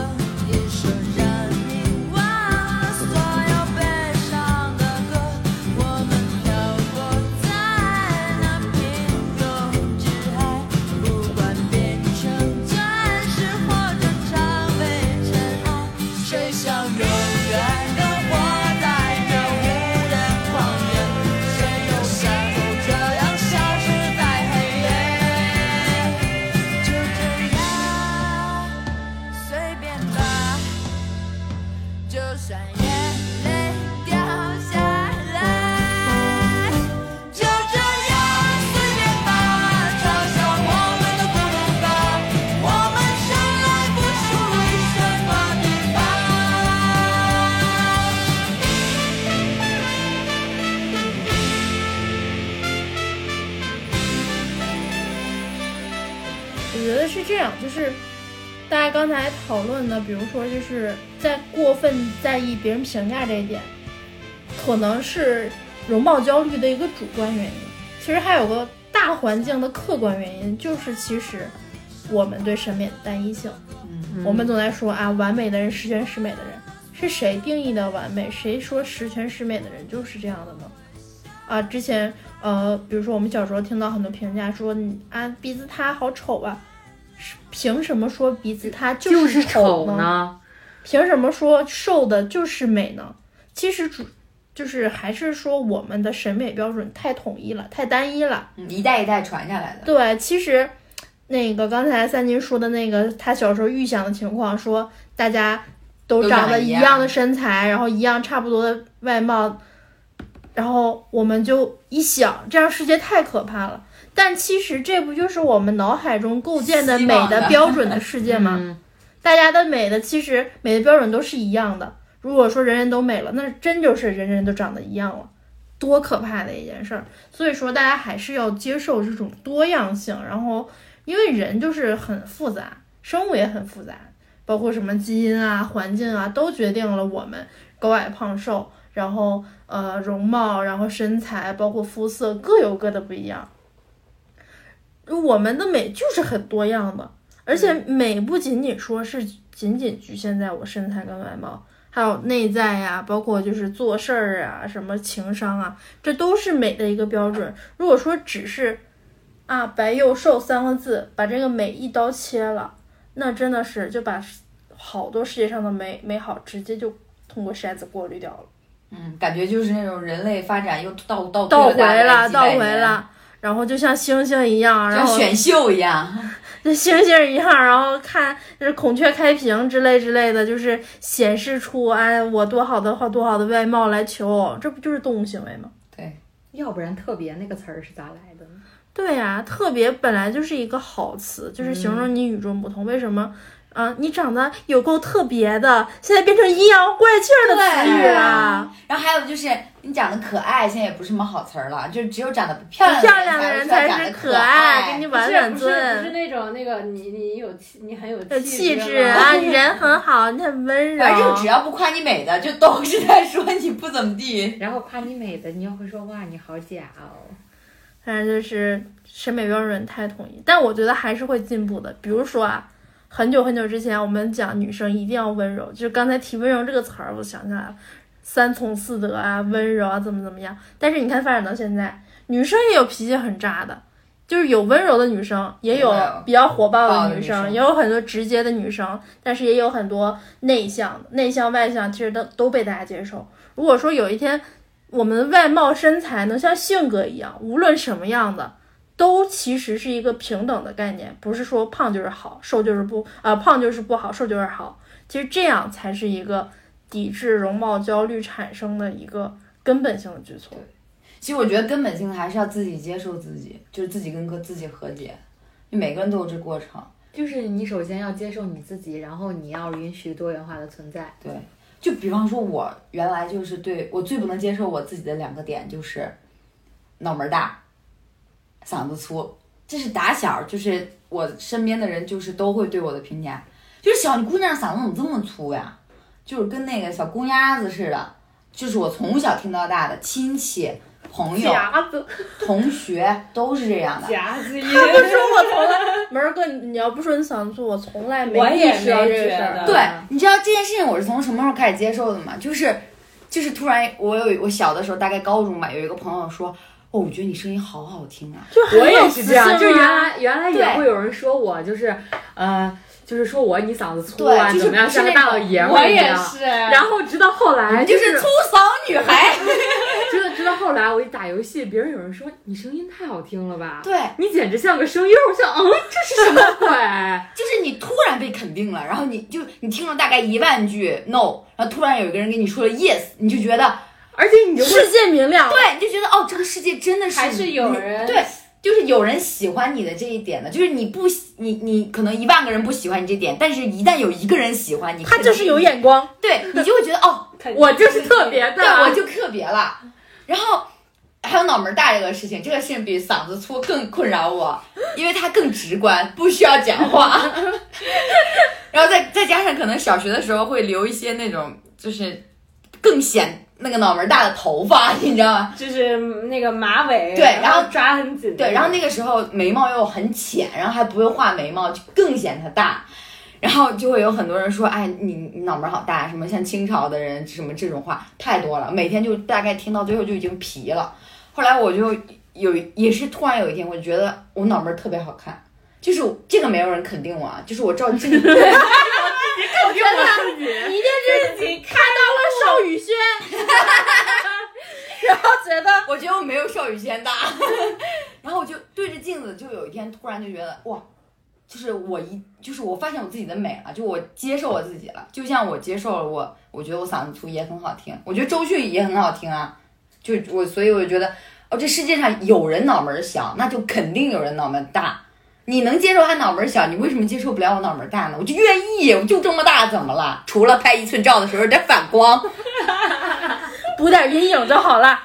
Speaker 6: 一首让你忘了所有悲伤的歌。我们漂泊在那平庸之海，不管变成钻石或者成为尘埃，谁想永远的活在这无人荒野？谁又像我这样消失在黑夜？就这样随便吧，就算眼泪掉下来，就这样随便吧，嘲笑我们的孤独吧，我们生来不属于什么地方。
Speaker 3: 我觉得是这样，就是大家刚才讨论的，比如说就是在过分在意别人评价这一点，可能是容貌焦虑的一个主观原因。其实还有个大环境的客观原因，就是其实我们对审美的单一性，
Speaker 1: 嗯
Speaker 3: 我们总在说啊，完美的人、十全十美的人，是谁定义的完美？谁说十全十美的人就是这样的呢？啊，之前呃，比如说我们小时候听到很多评价说你啊鼻子塌好丑啊，凭什么说鼻子它
Speaker 1: 就是丑
Speaker 3: 呢？
Speaker 1: 呢。
Speaker 3: 凭什么说瘦的就是美呢？其实主就是还是说我们的审美标准太统一了，太单一了。
Speaker 2: 嗯一代一代传下来的。
Speaker 3: 对，其实那个刚才三金说的那个他小时候预想的情况，说大家都
Speaker 2: 都
Speaker 3: 长
Speaker 2: 长
Speaker 3: 得
Speaker 2: 一
Speaker 3: 一
Speaker 2: 样
Speaker 3: 样的身材，然后一样差不多的外貌，然后我们就一想，这样世界太可怕了。但其实这不就是我们脑海中构建的
Speaker 2: 希
Speaker 3: 美
Speaker 2: 望
Speaker 3: 的
Speaker 2: 的
Speaker 3: 标准的世 界吗？
Speaker 1: 嗯，
Speaker 3: 大家的美的其实美的标准都是一样的。如果说人人都美了，那真就是人人都长得一样了，多可怕的一件事儿！所以说，大家还是要接受这种多样性。然后，因为人就是很复杂，生物也很复杂，包括什么基因啊、环境啊，都决定了我们高矮胖瘦，然后呃容貌，然后身材，包括肤色，各有各的不一样。我们的美就是很多样的，而且
Speaker 2: 嗯
Speaker 3: 美不仅仅说是仅仅局限在我身材跟外貌，还有内在呀、包括就是做事儿啊、什么情商啊，这都是美的一个标准。如果说只是啊白幼瘦三个字把这个美一刀切了，那真的是就把好多世界上的美美好直接就通过筛子过滤掉了。
Speaker 2: 嗯，感觉就是那种人类发展又倒倒
Speaker 3: 倒
Speaker 2: 退大
Speaker 3: 回
Speaker 2: 概
Speaker 3: 了，
Speaker 2: 几
Speaker 3: 倒
Speaker 2: 百
Speaker 3: 回
Speaker 2: 年，
Speaker 3: 了，然后就像星星一样，然
Speaker 2: 像
Speaker 3: 后
Speaker 2: 选秀一样。
Speaker 3: 就星星一样，然后看就是孔雀开屏之类之类的，就是显示出哎我多好的好多好的外貌来求偶，这不就是动物行为吗？
Speaker 1: 要不然“特别”那个词儿是咋来的呢？
Speaker 3: 对呀、特别本来就是一个好词，就是形容你与众不同。为什么？啊、你长得有够特别的，现在变成阴阳怪气儿的词语了。
Speaker 2: 然后还有就是你长得可爱，现在也不是什么好词儿了，就是只有长得不漂
Speaker 3: 不
Speaker 2: 亮
Speaker 3: 漂亮的
Speaker 2: 的
Speaker 3: 人
Speaker 2: 才会说
Speaker 3: 才
Speaker 2: 长
Speaker 3: 是
Speaker 2: 得
Speaker 3: 可
Speaker 2: 爱，
Speaker 3: 爱，给你
Speaker 4: 不
Speaker 3: 挽
Speaker 4: 是
Speaker 3: 挽
Speaker 4: 不是不是
Speaker 3: 尊，
Speaker 4: 那种那个你你有气你很有
Speaker 3: 有气质
Speaker 4: 吗
Speaker 3: 啊，人很好，你很温柔。
Speaker 2: 反正只要不夸你美的，就都是在说你不怎么地。
Speaker 1: 然后夸你美的，你要会说哇，你好假哦。
Speaker 3: 反正就是审美标准太统一，但我觉得还是会进步的。比如说啊，很久很久之前我们讲女生一定要温柔，就是刚才提温柔这个词儿，我想起来了，三从四德啊，温柔啊，怎么怎么样。但是你看发展到现在，女生也有脾气很渣的，就是有温柔的女生，也有
Speaker 2: 有的
Speaker 3: 比较火爆
Speaker 2: 爆
Speaker 3: 的
Speaker 2: 的
Speaker 3: 哦女
Speaker 2: 女
Speaker 3: 生，
Speaker 2: 生
Speaker 3: 也有很多直接的女生，但是也有很多内向的，内向外向其实都都被大家接受。如果说有一天我们的外貌身材能像性格一样，无论什么样的，都其实是一个平等的概念，不是说胖就是好，瘦就是不啊、胖就是不好，瘦就是好。其实这样才是一个抵制容貌焦虑产生的一个根本性的举措。
Speaker 2: 其实我觉得根本性的还是要自己接受自己，就是自己跟个自己和解。每个人都有这过程，
Speaker 1: 就是你首先要接受你自己，然后你要允许多元化的存在。
Speaker 2: 对，就比方说，我原来就是对我最不能接受我自己的两个点就是脑门儿大，嗓子粗，这是打小就是我身边的人就是都会对我的评价，就是小姑娘嗓子怎么这么粗呀？就是跟那个小公鸭子似的，就是我从小听到大的亲戚、朋友、
Speaker 3: 子，
Speaker 2: 同学都是这样的。
Speaker 4: 夹子音，
Speaker 3: 他不说我从 来，门儿哥，你你要不说你嗓子粗，我从来没
Speaker 4: 我也
Speaker 3: 意识到
Speaker 4: 没
Speaker 3: 这个
Speaker 4: 觉
Speaker 3: 事儿
Speaker 4: 得。
Speaker 2: 对，你知道这件事情我是从什么时候开始接受的吗？就是，就是突然我有我小的时候，大概高中吧，有一个朋友说，哦，我觉得你声音好好听啊。
Speaker 3: 就很
Speaker 1: 我
Speaker 3: 有
Speaker 1: 也
Speaker 3: 磁
Speaker 1: 是
Speaker 3: 性
Speaker 1: 这样，就原
Speaker 3: 啊
Speaker 1: 来原来也
Speaker 2: 对
Speaker 1: 会有人说我就是，呃，就是说我你嗓子粗
Speaker 2: 对
Speaker 1: 啊，
Speaker 2: 就是
Speaker 1: 怎么样，
Speaker 2: 不是
Speaker 1: 像个
Speaker 2: 那
Speaker 1: 大老
Speaker 2: 种
Speaker 1: 爷们
Speaker 4: 我
Speaker 1: 儿一
Speaker 4: 也
Speaker 1: 样。
Speaker 4: 是，
Speaker 1: 然后直到后来，
Speaker 2: 就是是粗嗓女孩，
Speaker 1: 直到直到后来，我一打游戏，别人有人说你声音太好听了吧，
Speaker 2: 对，
Speaker 1: 你简直像个声优。我想，嗯，这是什么鬼？
Speaker 2: 就是你突然被肯定了，然后你就你听了大概一万句 no，然后突然有一个人跟你说了 yes，你就觉得
Speaker 1: 而且你就会
Speaker 3: 世界明亮，
Speaker 2: 对，你就觉得哦，这个世界真的是
Speaker 4: 还是有人
Speaker 2: 对，就是有人喜欢你的这一点的，就是你不喜你你可能一万个人不喜欢你这点，但是一旦有一个人喜欢你，
Speaker 3: 他就是有
Speaker 2: 眼。
Speaker 3: 眼光。
Speaker 2: 对你就会觉 得哦，
Speaker 4: 肯定
Speaker 1: 我就是特别的，
Speaker 2: 对
Speaker 3: 啊
Speaker 2: 我就特别了。然后还有脑门大这个事情，这个事情比嗓子粗更困扰我，因为它更直观，不需要讲话。 然后再再加上可能小学的时候会留一些那种就是更显那个脑门大的头发，你知道吗？
Speaker 4: 就是那个马尾，
Speaker 2: 对然后
Speaker 4: 后抓很紧，
Speaker 2: 对，然后那个时候眉毛又很浅，然后还不会画眉毛，就更显它大。然后就会有很多人说，哎，你你脑门好大，什么像清朝的人什么这种话太多了，每天就大概听到最后就已经皮了。后来我就有也是突然有一天，我觉得我脑门特别好看，就是这个没有人肯定我，啊，就是我照镜子，我自己肯定我自己，
Speaker 3: 你这是看到了邵雨轩，然后觉得
Speaker 2: 我觉得我没有邵雨轩大， 然后我就对着镜子，就有一天突然就觉得哇，就是我一就是我发现我自己的美了，就我接受我自己了，就像我接受了我，我觉得我嗓子粗也很好听，我觉得周迅也很好听啊，就我所以我就觉得哦，这世界上有人脑门儿小，那就肯定有人脑门儿大。你能接受他脑门儿小，你为什么接受不了我脑门儿大呢？我就愿意，我就这么大，怎么了？除了拍一寸照的时候有点反光，
Speaker 3: 补点阴影就好了。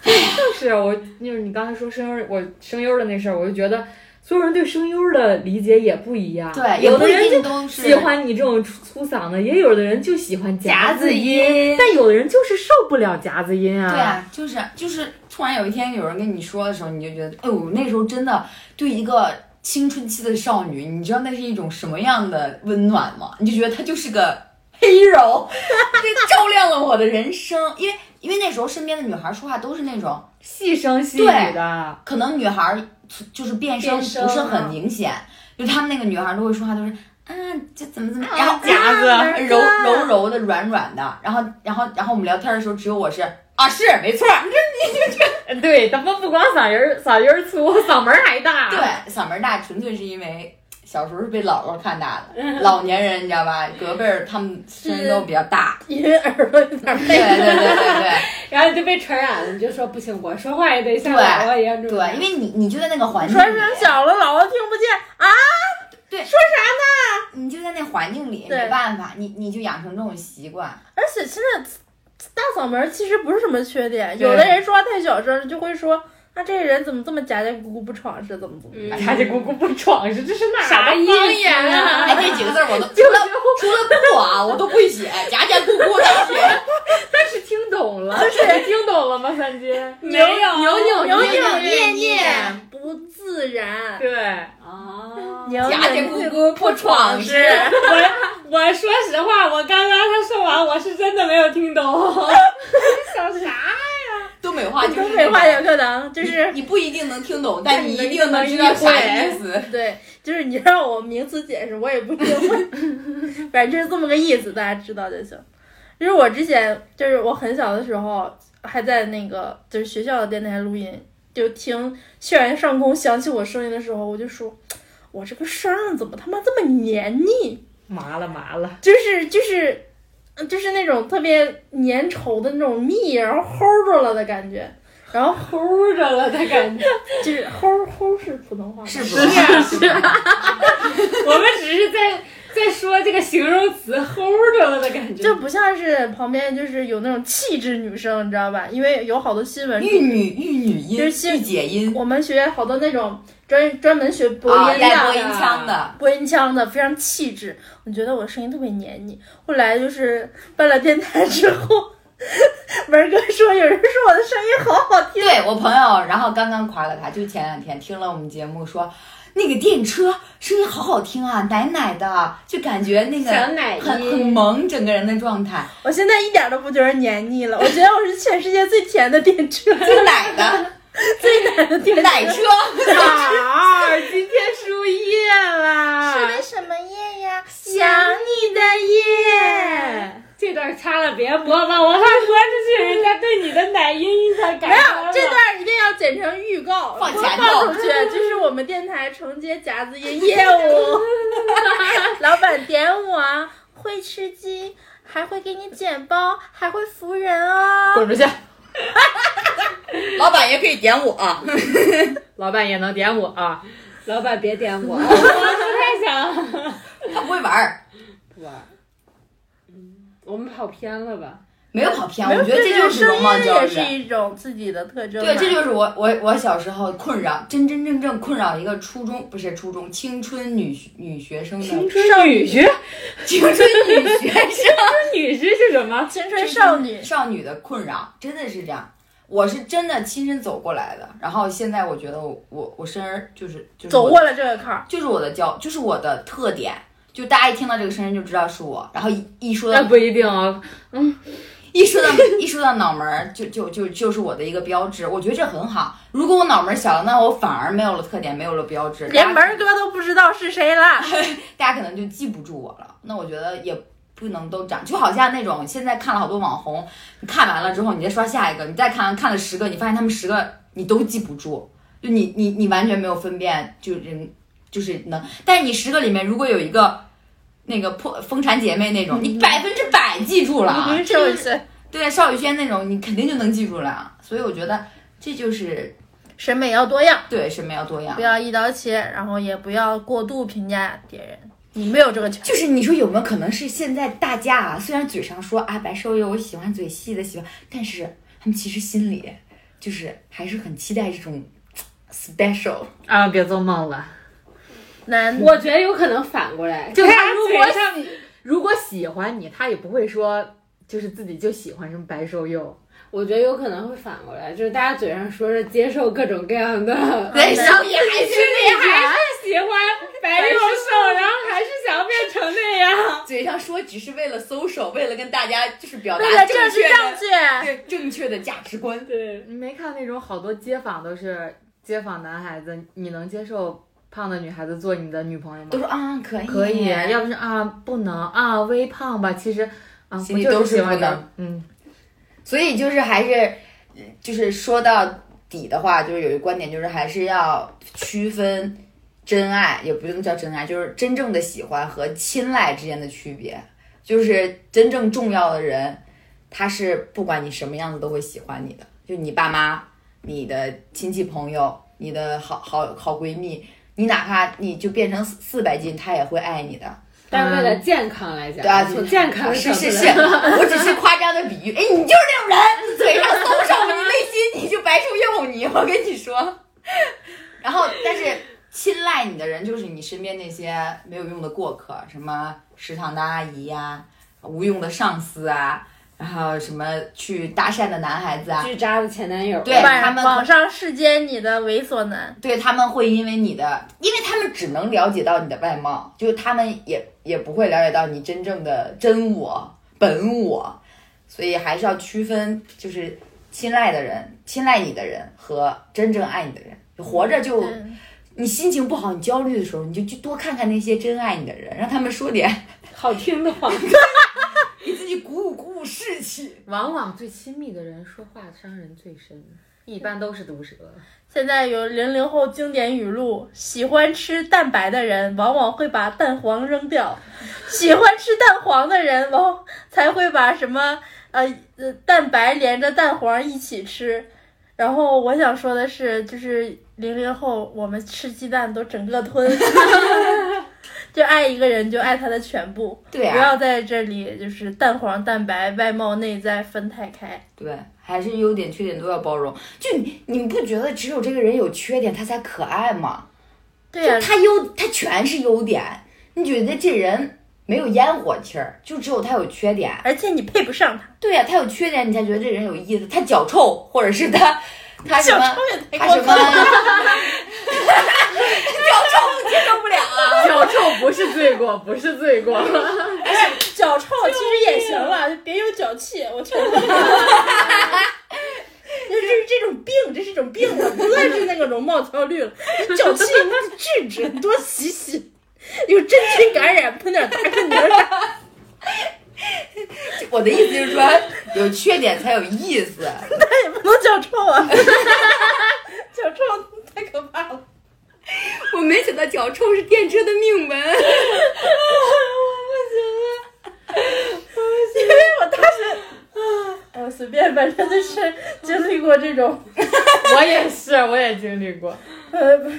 Speaker 1: 就是我，就是你刚才说声优，我声优的那事儿，我就觉得所有人对声优的理解也不一样。
Speaker 2: 对，
Speaker 1: 有
Speaker 2: 的
Speaker 1: 人就
Speaker 2: 人都是
Speaker 1: 喜欢你这种粗粗嗓子，也有的人就喜欢夹
Speaker 2: 夹
Speaker 1: 子
Speaker 2: 子音
Speaker 1: 但有的人就是受不了夹子音啊。
Speaker 2: 对啊，就是就是，突然有一天有人跟你说的时候，你就觉得，哎呦，那时候真的对一个青春期的少女，你知道那是一种什么样的温暖吗？你就觉得她就是个 hero，这照亮了我的人生。因为因为那时候身边的女孩说话都是那种，
Speaker 1: 细声细语的，
Speaker 2: 可能女孩儿就是变声
Speaker 4: 变
Speaker 2: 不
Speaker 4: 声
Speaker 2: 是
Speaker 4: 啊
Speaker 2: 很明显，就她们那个女孩儿都会说话都是。啊，就怎么怎么，然后
Speaker 1: 夹子
Speaker 2: 柔柔柔的、软软的，然后然后然后我们聊天的时候，只有我是啊，是没错儿，
Speaker 1: 对，咱们不光嗓音儿嗓音儿粗， 嗓门儿还大。，
Speaker 2: 对，嗓门大纯粹是因为小时候是被姥姥看大的，老年人你知道吧？隔辈儿他们声音都比较大。
Speaker 3: 因为耳朵有 点
Speaker 2: 对对对对
Speaker 4: 然后你就被传染了，你就说不行，我说话也得像
Speaker 2: 对
Speaker 4: 娃娃一样这种
Speaker 2: 对对，因为你你就在那个环境
Speaker 3: 传
Speaker 2: 里，
Speaker 3: 声小了，姥姥听不见啊！
Speaker 2: 对
Speaker 3: 说啥
Speaker 2: 你就在那环境里，
Speaker 3: 对
Speaker 2: 没办法，你你就养成这种习惯。
Speaker 3: 呢？而且现在大嗓门儿其实不是什么缺点，
Speaker 1: 对
Speaker 3: 有的人说话太小声了，就会说啊，这人怎么这么夹夹咕咕不闯是怎么怎么
Speaker 4: 嗯
Speaker 3: 的。
Speaker 1: 夹家咕咕不闯是这是哪
Speaker 4: 啥
Speaker 1: 儿啊的
Speaker 4: 意思
Speaker 1: 方言啊？
Speaker 2: 哎，这几个字儿 我都除
Speaker 1: 就
Speaker 2: 了除了不啊，我都不会写，夹夹咕咕的写。
Speaker 1: 但是听懂 了，是听懂了吗？三 金，
Speaker 4: 没有
Speaker 1: 扭
Speaker 3: 扭
Speaker 1: 扭
Speaker 3: 扭
Speaker 1: 扭，
Speaker 3: 捏
Speaker 2: 捏
Speaker 3: 捏
Speaker 2: 捏
Speaker 3: 不自然，
Speaker 1: 对。
Speaker 4: 啊，
Speaker 3: 扭
Speaker 2: 夹夹
Speaker 3: 扭
Speaker 2: 咕咕不闯是，
Speaker 4: 我我说实话，我刚刚他说完，我是真的没有听懂， 想啥？
Speaker 2: 东北话就是
Speaker 3: 东北话
Speaker 2: 那种
Speaker 3: 有课堂 就是。
Speaker 2: 你不一定能听懂，但你一定能知
Speaker 3: 但
Speaker 2: 道
Speaker 3: 你能
Speaker 2: 啥
Speaker 3: 意
Speaker 2: 意思。
Speaker 3: 对，就是你让我名词解释，我也不一定会，反正就是这么个意思，大家知道就行。就是我之前，就是我很小的时候，还在那个就是学校的电台录音，就听校园上空响起我声音的时候，我就说，我这个声儿怎么他妈这么黏腻？
Speaker 1: 麻了麻了，
Speaker 3: 就是就是。就是那种特别粘稠的那种密，然后齁着了的感觉，然后
Speaker 4: 齁着了的感觉。
Speaker 3: 就是齁齁是普通话吗？
Speaker 2: 是不是？是
Speaker 4: 我们只是在在说这个形容词齁着了的感觉。
Speaker 3: 就不像是旁边就是有那种气质女生，你知道吧？因为有好多新 闻，
Speaker 2: 玉女玉女音，
Speaker 3: 就是先
Speaker 2: 御姐音，
Speaker 3: 我们学院好多那种专专门学播
Speaker 2: 啊，
Speaker 3: 音的、
Speaker 2: 带播音腔的，
Speaker 3: 播音腔的，非常气质。我觉得我声音特别黏腻。后来就是办了电台之后， 文哥说有人说我的声音好好听，
Speaker 2: 对我朋友，然后刚刚夸了他，就前两天听了我们节目说。那个电车声音好好听啊，奶奶的，就感觉那个
Speaker 4: 小奶音
Speaker 2: 很很萌，整个人的状态，
Speaker 3: 我现在一点都不觉得黏腻了。我觉得我是全世界最甜的电车，
Speaker 2: 最奶的，
Speaker 3: 最奶的电车。
Speaker 2: 奶车，
Speaker 1: 哪儿？今天输液啦！
Speaker 3: 什么夜呀？想你的夜。
Speaker 4: 这段掐了，别播吧，我怕播出去，人家对你的奶音印象改
Speaker 3: 没
Speaker 4: 观
Speaker 3: 有
Speaker 4: 了。
Speaker 3: 这段一定要剪成预告，
Speaker 2: 放
Speaker 3: 不
Speaker 2: 前头
Speaker 3: 放出去，就是我们电台承接夹子音业务。 老板点我啊，会吃鸡，还会给你剪包，还会服人哦。
Speaker 1: 滚出去！
Speaker 2: 老板也可以点我，啊
Speaker 1: 老板也能点我啊！
Speaker 4: 老板别点我，我 不太想。
Speaker 2: 他不会玩儿，
Speaker 4: 我，我们跑偏了吧？
Speaker 2: 没有跑偏，
Speaker 3: 没有
Speaker 2: 我觉得这就是
Speaker 3: 声
Speaker 2: 容
Speaker 3: 音
Speaker 2: 貌焦虑
Speaker 3: 也是。一种自己的特征嘛。
Speaker 2: 对，这就是我我我小时候困扰，真真正正困扰一个初中不是初中青春女女学生的
Speaker 1: 少女学，
Speaker 2: 青春女学生。
Speaker 1: 女学是什么？
Speaker 3: 青春少女。
Speaker 2: 少女的困扰，真的是这样。我是真的亲身走过来的，然后现在我觉得我我我声儿就是就是
Speaker 3: 走
Speaker 2: 我
Speaker 3: 过了这个坎儿，
Speaker 2: 就是我的焦，就是我的特
Speaker 1: 呃
Speaker 2: 点，就大家一听到这个声音就知道是我，然后一一说
Speaker 1: 那
Speaker 2: 到
Speaker 1: 不一定啊。
Speaker 2: 一说到一说到脑门儿，就就就就是我的一个标志，我觉得这很好。如果我脑门儿小了，那我反而没有了特点，没有了标志，
Speaker 3: 连
Speaker 2: 大家
Speaker 3: 门儿哥都不知道是谁
Speaker 2: 啊
Speaker 3: 了。
Speaker 2: 大家可能就记不住我了。那我觉得也不能都长，就好像那种现在看了好多网红，你看完了之后，你再刷下一个，你再看看了十个，你发现他们十个你都记不住，就你你你完全没有分辨，就人就是能，但是你十个里面如果有一个。那个破风产姐妹那种，
Speaker 3: 嗯
Speaker 2: 你百分之百记住了啊，
Speaker 3: 你
Speaker 2: 这就是
Speaker 3: 是是
Speaker 2: 对邵雨轩那种，你肯定就能记住了。所以我觉得这就是
Speaker 3: 审美要多样，
Speaker 2: 对审美要多样
Speaker 3: 不。要一刀切，然后也不要过度评价别人，你没有这个权利。
Speaker 2: 就是你说有没有可能是现在大家啊，虽然嘴上说啊白瘦幼我喜欢嘴细的喜欢，但是他们其实心里就是还是很期待这种 special。
Speaker 1: 啊，别做梦了。
Speaker 3: 男
Speaker 4: 我觉得有可能反过来，
Speaker 1: 就
Speaker 4: 他
Speaker 1: 他如果
Speaker 4: 嘴上
Speaker 1: 如果喜欢你，他也不会说就是自己就喜欢什么白瘦幼。
Speaker 4: 我觉得有可能会反过来，就是大家嘴上说着接受各种各样 的，
Speaker 2: 对，小野还是那样，
Speaker 4: 喜欢白又瘦，然后还是想要变成那样。
Speaker 2: 嘴上说只是为了 social，为了跟大家就是表
Speaker 3: 为了
Speaker 2: 达
Speaker 3: 政治
Speaker 2: 确
Speaker 3: 正
Speaker 2: 的
Speaker 3: 确，
Speaker 2: 对正确的价值观。
Speaker 4: 对，
Speaker 1: 你没看那种好多街访都是街访男孩子，你能接受胖的女孩子做你的女朋友
Speaker 2: 都
Speaker 1: 吗？
Speaker 2: 说啊，可以，
Speaker 1: 可以，要不是啊不能啊微胖吧，其实啊
Speaker 2: 心
Speaker 1: 我
Speaker 2: 里
Speaker 1: 就
Speaker 2: 都是
Speaker 1: 喜欢
Speaker 2: 不能
Speaker 1: 你嗯，
Speaker 2: 所以就是还是，就是说到底的话，就是有一个观点，就是还是要区分真爱，也不用叫真爱，就是真正的喜欢和青睐之间的区别。就是真正重要的人，他是不管你什么样子都会喜欢你的，就你爸妈、你的亲戚朋友、你的好好好闺蜜，你哪怕你就变成四百斤，他也会爱你的。
Speaker 4: 但是为了健康来讲，
Speaker 2: 对啊，
Speaker 4: 从健康的角
Speaker 2: 是
Speaker 4: 度
Speaker 2: 是是，
Speaker 4: 来 讲
Speaker 2: 我只是夸张的比喻。哎，你就是那种人，你嘴上松手，你内心你就白瘦幼你，我跟你说。然后，但是青睐你的人就是你身边那些没有用的过客，什么食堂的阿姨呀、无用的上司啊，然后什么去搭讪的男孩子啊，
Speaker 4: 巨渣的前男友，
Speaker 2: 对他
Speaker 3: 网
Speaker 2: 们
Speaker 3: 哎网上世间你的猥琐男，
Speaker 2: 对他们会因为你的，因为他们只能了解到你的外貌，就是他们也也不会了解到你真正的真我、本我，所以还是要区分，就是青睐的人、青睐你的人和真正爱你的人。活着就
Speaker 3: 嗯，
Speaker 2: 你心情不好、你焦虑的时候，你就去多看看那些真爱你的人，让他们说点
Speaker 4: 好听的话。
Speaker 2: 给自己鼓舞鼓舞士气。
Speaker 1: 往往最亲密的人说话伤人最深，一般都是毒舌。
Speaker 3: 现在有零零后经典语录：喜欢吃蛋白的人往往会把蛋黄扔掉，喜欢吃蛋黄的人往才会把什么呃呃蛋白连着蛋黄一起吃。然后我想说的是，就是零零后我们吃鸡蛋都整个吞， 就爱一个人就爱他的全部，
Speaker 2: 对
Speaker 3: 不
Speaker 2: 啊，
Speaker 3: 要在这里就是蛋黄、蛋白、外貌、内在分太开。
Speaker 2: 对，还是优点缺点都要包容。就你你不觉得只有这个人有缺点，他才可爱吗？
Speaker 3: 对啊呀、
Speaker 2: 就他优，他全是优点。你觉得这人没有烟火气儿，就只有他有缺点。
Speaker 3: 而且你配不上 他，
Speaker 2: 对呀、他有缺点，你才觉得这人有意思。他脚臭，或者是他他什
Speaker 3: 小
Speaker 2: 么
Speaker 3: 超也
Speaker 2: 他
Speaker 3: 太
Speaker 2: 啊
Speaker 3: 过
Speaker 2: 什
Speaker 3: 分
Speaker 2: 么
Speaker 3: 了。
Speaker 2: 脚臭接受不了 啊。
Speaker 1: 脚臭不是罪过，不是罪过。
Speaker 3: 脚臭其实也行了，就别有脚气，我求 你了。就是这种病，这是一种病了，不再是那个容貌焦虑了，脚气那治治，多洗洗。有真菌感染，喷点大根泥儿。
Speaker 2: 我的意思就是说，有缺点才有意思。
Speaker 3: 但也不 能脚臭啊， 脚臭太可怕了。
Speaker 2: 我没想到脚臭是电车的命门。
Speaker 3: 因为我当时，哎，我随便，反正就是经历过这种，
Speaker 1: 我也是，我也经历过。
Speaker 3: 呃，不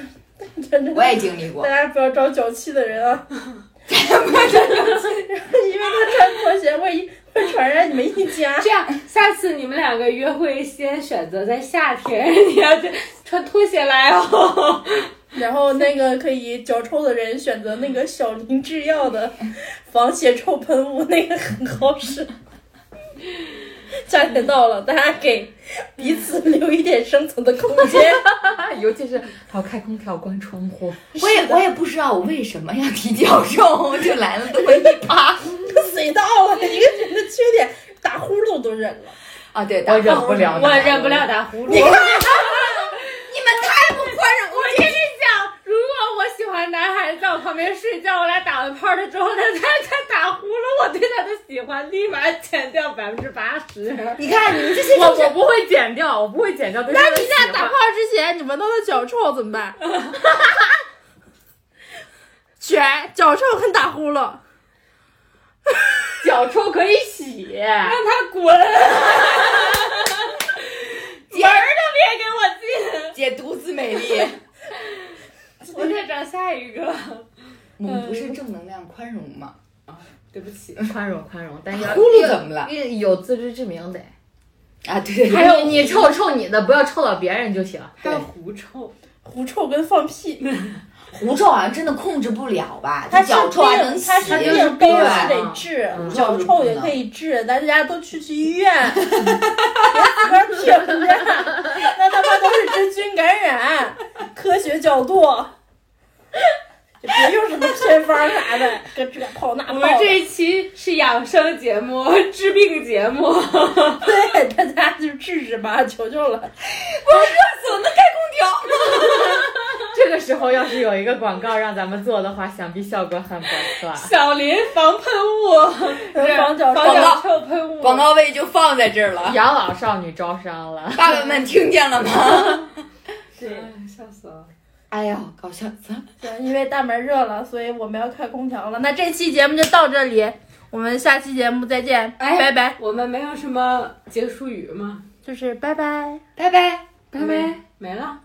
Speaker 3: 真的
Speaker 2: 我也经历过
Speaker 3: 大，家不要找脚气的人啊！因为他穿拖鞋会会传染你们一家。
Speaker 4: 这样，下次你们两个约会先选择在夏天，你要这穿拖鞋来哦。
Speaker 3: 然后那个可以脚臭的人选择那个小林制药的防鞋臭喷雾，那个很好使。 夏天到了，大家给彼此留一点生存的空间。
Speaker 1: 尤其是还要开空调、关窗户。
Speaker 2: 我也我也不知道我为什么要提脚臭，就来了这么一趴。
Speaker 3: 啊水到了，一个人的缺点打呼噜都就忍了，
Speaker 2: 啊，对，
Speaker 1: 我
Speaker 2: 打
Speaker 1: 忍
Speaker 2: 呼噜
Speaker 1: 不了
Speaker 2: 是
Speaker 1: 打
Speaker 4: 我
Speaker 2: 吧
Speaker 1: 呼噜
Speaker 4: 忍不了打呼噜。
Speaker 2: 你们太不宽容了，这是
Speaker 3: 想，如果我喜欢男孩子在我旁边睡觉，我俩打完炮了之后，他他他打呼噜，我对他的喜欢立马减掉百分之八十。
Speaker 2: 你看你们这些
Speaker 1: 我我不会剪掉，我不会剪掉对
Speaker 3: 那
Speaker 1: 他的
Speaker 3: 你在
Speaker 1: 喜
Speaker 3: 打
Speaker 1: 欢
Speaker 3: 炮。之前，你闻到他脚臭怎么办？选脚臭跟打呼噜，
Speaker 1: 脚臭可以洗，
Speaker 3: 让他滚，
Speaker 2: 姐
Speaker 3: 别给我进。
Speaker 2: 姐独自美 丽，
Speaker 3: 我再找下一个。
Speaker 2: 我们不
Speaker 3: 嗯
Speaker 2: 是正能量宽容吗？
Speaker 4: 对不起，
Speaker 1: 宽容宽容，但是
Speaker 2: 呼噜怎么了？
Speaker 1: 有自知之明得。
Speaker 2: 啊，对，
Speaker 1: 还有你臭臭你的，不要臭到别人就行。
Speaker 4: 还有狐臭，
Speaker 3: 狐臭跟放屁，
Speaker 2: 狐臭好像真的控制不了吧？
Speaker 3: 它
Speaker 2: 这
Speaker 3: 是
Speaker 2: 脚臭还能
Speaker 3: 病，
Speaker 2: 洗，
Speaker 3: 它是
Speaker 1: 就是
Speaker 3: 病，病
Speaker 1: 病
Speaker 3: 是
Speaker 1: 啊
Speaker 3: 得治，
Speaker 1: 嗯
Speaker 3: 脚臭也可以治，大家都去去医院， 别死边撇胡子，那他妈都是真菌感染，科学角度。就别用什么偏方啥的，跟这泡那泡
Speaker 7: 我
Speaker 3: 的。
Speaker 7: 们这一期是养生节目、 治病节目，
Speaker 3: 对大家就治治吧，求求了。
Speaker 1: 这个时候要是有一个广告让咱们做的话，想必效果很不 错。
Speaker 7: 小林防喷雾、
Speaker 3: 防脚
Speaker 7: 防
Speaker 3: 臭，
Speaker 7: 脚臭喷雾。
Speaker 2: 广告位就放在这儿了。
Speaker 1: 养老少女招商了，
Speaker 2: 爸爸们听见了吗？
Speaker 4: 哎笑死了。
Speaker 2: 哎呀，搞笑死了！
Speaker 3: 对，因为大门热了，所以我们要开空调了。那这期节目就到这里，我们下期节目再见，
Speaker 4: 哎
Speaker 3: 拜拜。
Speaker 4: 我们没有什么结束语吗？
Speaker 3: 就是拜拜。
Speaker 2: 拜拜。
Speaker 4: 拜拜，没了。